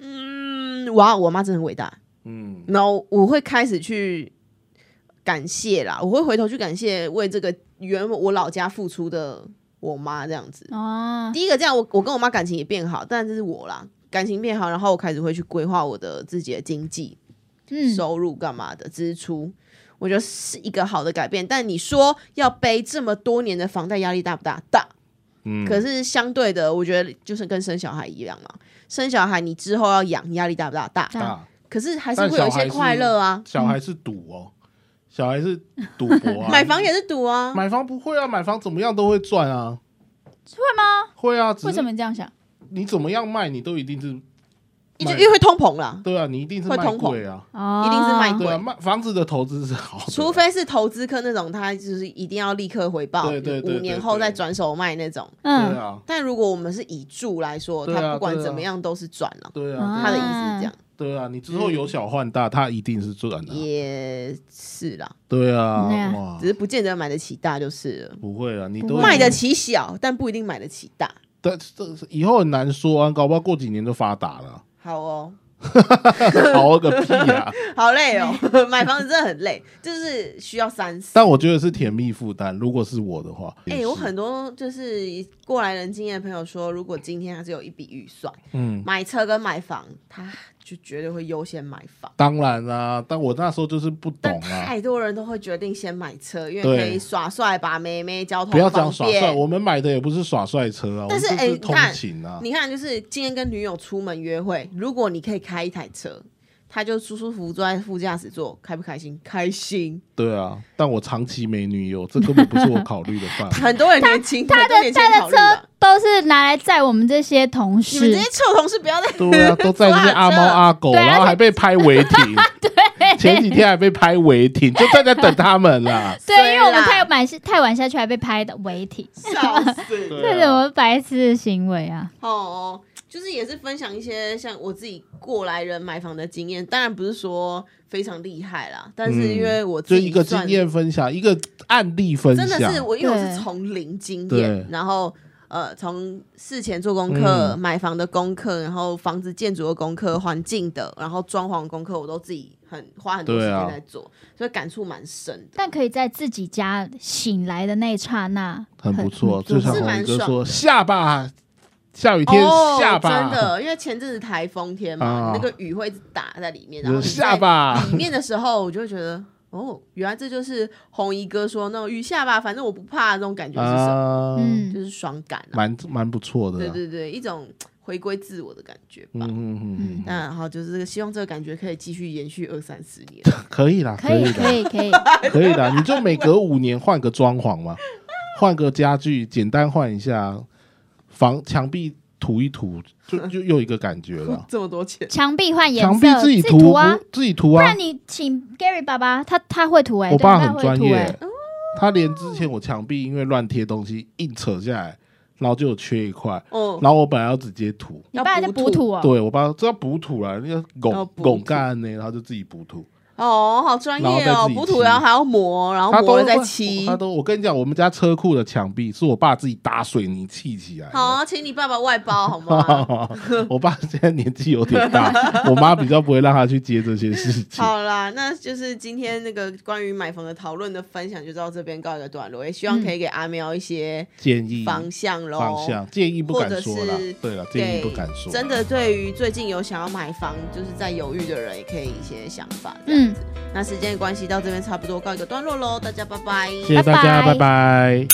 [SPEAKER 1] 嗯，哇，我妈真的很伟大，
[SPEAKER 3] 嗯，
[SPEAKER 1] 然后我会开始去感谢啦，我会回头去感谢为这个原本我老家付出的我妈这样子。
[SPEAKER 2] 哦，
[SPEAKER 1] 第一个这样，我我跟我妈感情也变好，但这是我啦，感情变好，然后我开始会去规划我的自己的经济、
[SPEAKER 2] 嗯，
[SPEAKER 1] 收入干嘛的支出，我觉得是一个好的改变。但你说要背这么多年的房贷，压力大不大？大。
[SPEAKER 3] 嗯
[SPEAKER 1] 可是相对的，我觉得就是跟生小孩一样嘛，生小孩你之后要养，压力大不大？大。
[SPEAKER 2] 大
[SPEAKER 3] 大
[SPEAKER 1] 可是还是
[SPEAKER 3] 但
[SPEAKER 1] 会有一
[SPEAKER 3] 小孩
[SPEAKER 1] 些
[SPEAKER 3] 是
[SPEAKER 1] 快乐啊，
[SPEAKER 3] 小孩是赌哦，小孩是赌博啊，
[SPEAKER 1] 买房也是赌啊。
[SPEAKER 3] 买房不会啊，买房怎么样都会赚啊，
[SPEAKER 2] 会吗？
[SPEAKER 3] 会啊，只
[SPEAKER 2] 为什
[SPEAKER 3] 是
[SPEAKER 2] 么你这样想？
[SPEAKER 3] 你怎么样卖，你都一定是
[SPEAKER 1] 因
[SPEAKER 3] 买
[SPEAKER 1] 为因为会通膨啦，
[SPEAKER 3] 对啊，你一定是
[SPEAKER 1] 会
[SPEAKER 3] 卖
[SPEAKER 1] 通
[SPEAKER 3] 贵啊，
[SPEAKER 2] 哦，
[SPEAKER 1] 一定是卖
[SPEAKER 3] 对啊，
[SPEAKER 1] 会
[SPEAKER 3] 卖房子的投资是好的，
[SPEAKER 1] 除非是投资客那种，他就是一定要立刻回报，
[SPEAKER 3] 对对对
[SPEAKER 1] 五年后再转手卖那种。
[SPEAKER 3] 对
[SPEAKER 2] 嗯，
[SPEAKER 3] 啊，
[SPEAKER 1] 但如果我们是以住来说，
[SPEAKER 3] 对啊
[SPEAKER 1] 他不管
[SPEAKER 3] 对啊
[SPEAKER 1] 怎么样都是赚了。
[SPEAKER 3] 对
[SPEAKER 2] 啊
[SPEAKER 3] 啊，
[SPEAKER 1] 他的意思是这样，
[SPEAKER 3] 对啊，你之后由小换大，他一定是赚的啊，
[SPEAKER 1] 嗯也是啦，
[SPEAKER 3] 对啊
[SPEAKER 2] 对啊，
[SPEAKER 3] 哇
[SPEAKER 1] 只，是不见得买得起大就是了。
[SPEAKER 3] 不会啊，你
[SPEAKER 2] 不
[SPEAKER 3] 都
[SPEAKER 2] 会
[SPEAKER 1] 买得起小，但不一定买得起大。
[SPEAKER 3] 但这这以后很难说啊，搞不好过几年就发达了，
[SPEAKER 1] 好哦，
[SPEAKER 3] 好个屁 啊！
[SPEAKER 1] 好累哦，买房子真的很累，就是需要三思。
[SPEAKER 3] 但我觉得是甜蜜负担，如果是我的话，
[SPEAKER 1] 哎、
[SPEAKER 3] 也是
[SPEAKER 1] 我很多就是过来人经验的朋友说，如果今天还是有一笔预算，
[SPEAKER 3] 嗯，
[SPEAKER 1] 买车跟买房，他就绝对会优先买房。
[SPEAKER 3] 当然啦、但我那时候就是不
[SPEAKER 1] 但
[SPEAKER 3] 懂啊，
[SPEAKER 1] 太多人都会决定先买车，因为
[SPEAKER 3] 对
[SPEAKER 1] 可以耍帅把妹妹交通
[SPEAKER 3] 不要讲
[SPEAKER 1] 方
[SPEAKER 3] 耍帅，
[SPEAKER 1] 便。
[SPEAKER 3] 我们买的也不是耍帅车啊，
[SPEAKER 1] 但是
[SPEAKER 3] 我们
[SPEAKER 1] 哎
[SPEAKER 3] 就
[SPEAKER 1] 你
[SPEAKER 3] 是通
[SPEAKER 1] 看
[SPEAKER 3] 勤啊，
[SPEAKER 1] 你看，就是今天跟女友出门约会，如果你可以开一台车，她就舒舒服服坐在副驾驶座，开不开心？开心。
[SPEAKER 3] 对啊，但我长期没女友，这根本不是我考虑的 范围。
[SPEAKER 1] 很多人年轻，
[SPEAKER 2] 他
[SPEAKER 1] 很多
[SPEAKER 2] 的
[SPEAKER 1] 年轻
[SPEAKER 2] 他
[SPEAKER 1] 人考虑
[SPEAKER 2] 的
[SPEAKER 1] 了
[SPEAKER 2] 车都是拿来载我们这些同
[SPEAKER 1] 你们这
[SPEAKER 2] 事
[SPEAKER 1] 些，臭同事不要再
[SPEAKER 3] 对啊，都在 那些阿猫阿狗，
[SPEAKER 2] 对啊。
[SPEAKER 3] 然后还被拍违停。对，前几天还被拍违停，就在那等他 们啦
[SPEAKER 2] 对，因为我们
[SPEAKER 1] 衰
[SPEAKER 2] 太
[SPEAKER 1] 啦
[SPEAKER 2] 晚太晚下去还被拍的违停，
[SPEAKER 1] 笑死。
[SPEAKER 3] 啊
[SPEAKER 2] 这什么白痴的行为啊？
[SPEAKER 1] 哦，就是也是分享一些像我自己过来人买房的经验，当然不是说非常厉害啦，但是因为我
[SPEAKER 3] 嗯就
[SPEAKER 1] 自己
[SPEAKER 3] 一个
[SPEAKER 1] 算
[SPEAKER 3] 经验分享，一个案例分享，
[SPEAKER 1] 真的是我，因为我
[SPEAKER 2] 对
[SPEAKER 1] 是从零经
[SPEAKER 3] 对
[SPEAKER 1] 验，然后呃，从事前做功课、
[SPEAKER 3] 嗯
[SPEAKER 1] 买房的功课，然后房子建筑的功课、环境的，然后装潢功课，我都自己很花很多时
[SPEAKER 3] 对啊
[SPEAKER 1] 间在做，所以感触蛮深的。
[SPEAKER 2] 但可以在自己家醒来的那一刹那，
[SPEAKER 3] 很不错。
[SPEAKER 2] 很
[SPEAKER 3] 就
[SPEAKER 2] 不错
[SPEAKER 3] 像
[SPEAKER 1] 是
[SPEAKER 3] 红
[SPEAKER 1] 蛮
[SPEAKER 3] 哥
[SPEAKER 1] 爽哦
[SPEAKER 3] 说，下巴下雨天下巴，
[SPEAKER 1] 真的，因为前阵子台风天嘛，
[SPEAKER 3] 啊
[SPEAKER 1] 那个雨会一直打在里面，然后
[SPEAKER 3] 有
[SPEAKER 1] 你在
[SPEAKER 3] 下巴，
[SPEAKER 1] 里面的时候，我就会觉得。哦，原来这就是红衣哥说那种雨下吧，反正我不怕这种感觉是什么？
[SPEAKER 3] 啊，
[SPEAKER 2] 嗯
[SPEAKER 1] 就是爽感啊，
[SPEAKER 3] 蛮蛮不错的
[SPEAKER 1] 对
[SPEAKER 3] 啦。
[SPEAKER 1] 对对，一种回归自我的感觉吧。
[SPEAKER 3] 嗯嗯嗯
[SPEAKER 1] 那然后就是这个希望这个感觉可以继续延续二三十年。。
[SPEAKER 3] 嗯，可以啦，
[SPEAKER 2] 可以可
[SPEAKER 3] 的，
[SPEAKER 2] 以可以，
[SPEAKER 3] 可以的。你就每隔五年换个装潢 嘛，换个家具，简单换一下，房墙壁涂一涂，就就又一个感觉了
[SPEAKER 1] 这么多钱，
[SPEAKER 2] 墙壁换颜
[SPEAKER 3] 墙
[SPEAKER 2] 色，
[SPEAKER 3] 壁自己涂
[SPEAKER 2] 啊
[SPEAKER 3] 不，自己涂
[SPEAKER 2] 不
[SPEAKER 3] 啊
[SPEAKER 2] 然，你请 Gary 爸爸，他他会涂哎，
[SPEAKER 3] 我
[SPEAKER 2] 对他
[SPEAKER 3] 爸很
[SPEAKER 2] 会
[SPEAKER 3] 专
[SPEAKER 2] 涂
[SPEAKER 3] 业
[SPEAKER 2] 欸，
[SPEAKER 3] 他连之前我墙壁因为乱贴东西硬扯下来，然后就有缺一块，
[SPEAKER 1] 哦，
[SPEAKER 3] 然后我本来要直接涂，
[SPEAKER 2] 你爸在
[SPEAKER 1] 要
[SPEAKER 2] 补
[SPEAKER 1] 补
[SPEAKER 2] 土哦，
[SPEAKER 3] 对我爸这要补土啦，那个
[SPEAKER 1] 要
[SPEAKER 3] 拱
[SPEAKER 1] 补土
[SPEAKER 3] 拱干呢，然后就自己补土，
[SPEAKER 1] 哦，好专业
[SPEAKER 3] 然后再
[SPEAKER 1] 哦，
[SPEAKER 3] 自己
[SPEAKER 1] 补土然后
[SPEAKER 3] 漆
[SPEAKER 1] 还要磨，然后
[SPEAKER 3] 他
[SPEAKER 1] 磨
[SPEAKER 3] 都
[SPEAKER 1] 了再漆
[SPEAKER 3] 他。都我跟你讲，我们家车库的墙壁是我爸自己打水泥砌起来的。
[SPEAKER 1] 好啊，请你爸爸外包好 吗？
[SPEAKER 3] 我爸现在年纪有点大，我妈比较不会让他去接这些事情。
[SPEAKER 1] 好啦，那就是今天那个关于买房的讨论的分享就到这边告一个段落，也希望可以给阿喵一些
[SPEAKER 3] 建议
[SPEAKER 1] 方向喽。
[SPEAKER 3] 嗯方向建议不敢说啦
[SPEAKER 1] 或者是，
[SPEAKER 3] 对了，建
[SPEAKER 1] 给
[SPEAKER 3] 议不敢说。
[SPEAKER 1] 真的，对于最近有想要买房，就是在犹豫的人，也可以一些想法。嗯
[SPEAKER 2] 嗯，
[SPEAKER 1] 那时间的关系到这边差不多告一个段落喽，大家拜拜。
[SPEAKER 3] 谢谢大家，
[SPEAKER 2] 拜拜
[SPEAKER 3] 拜拜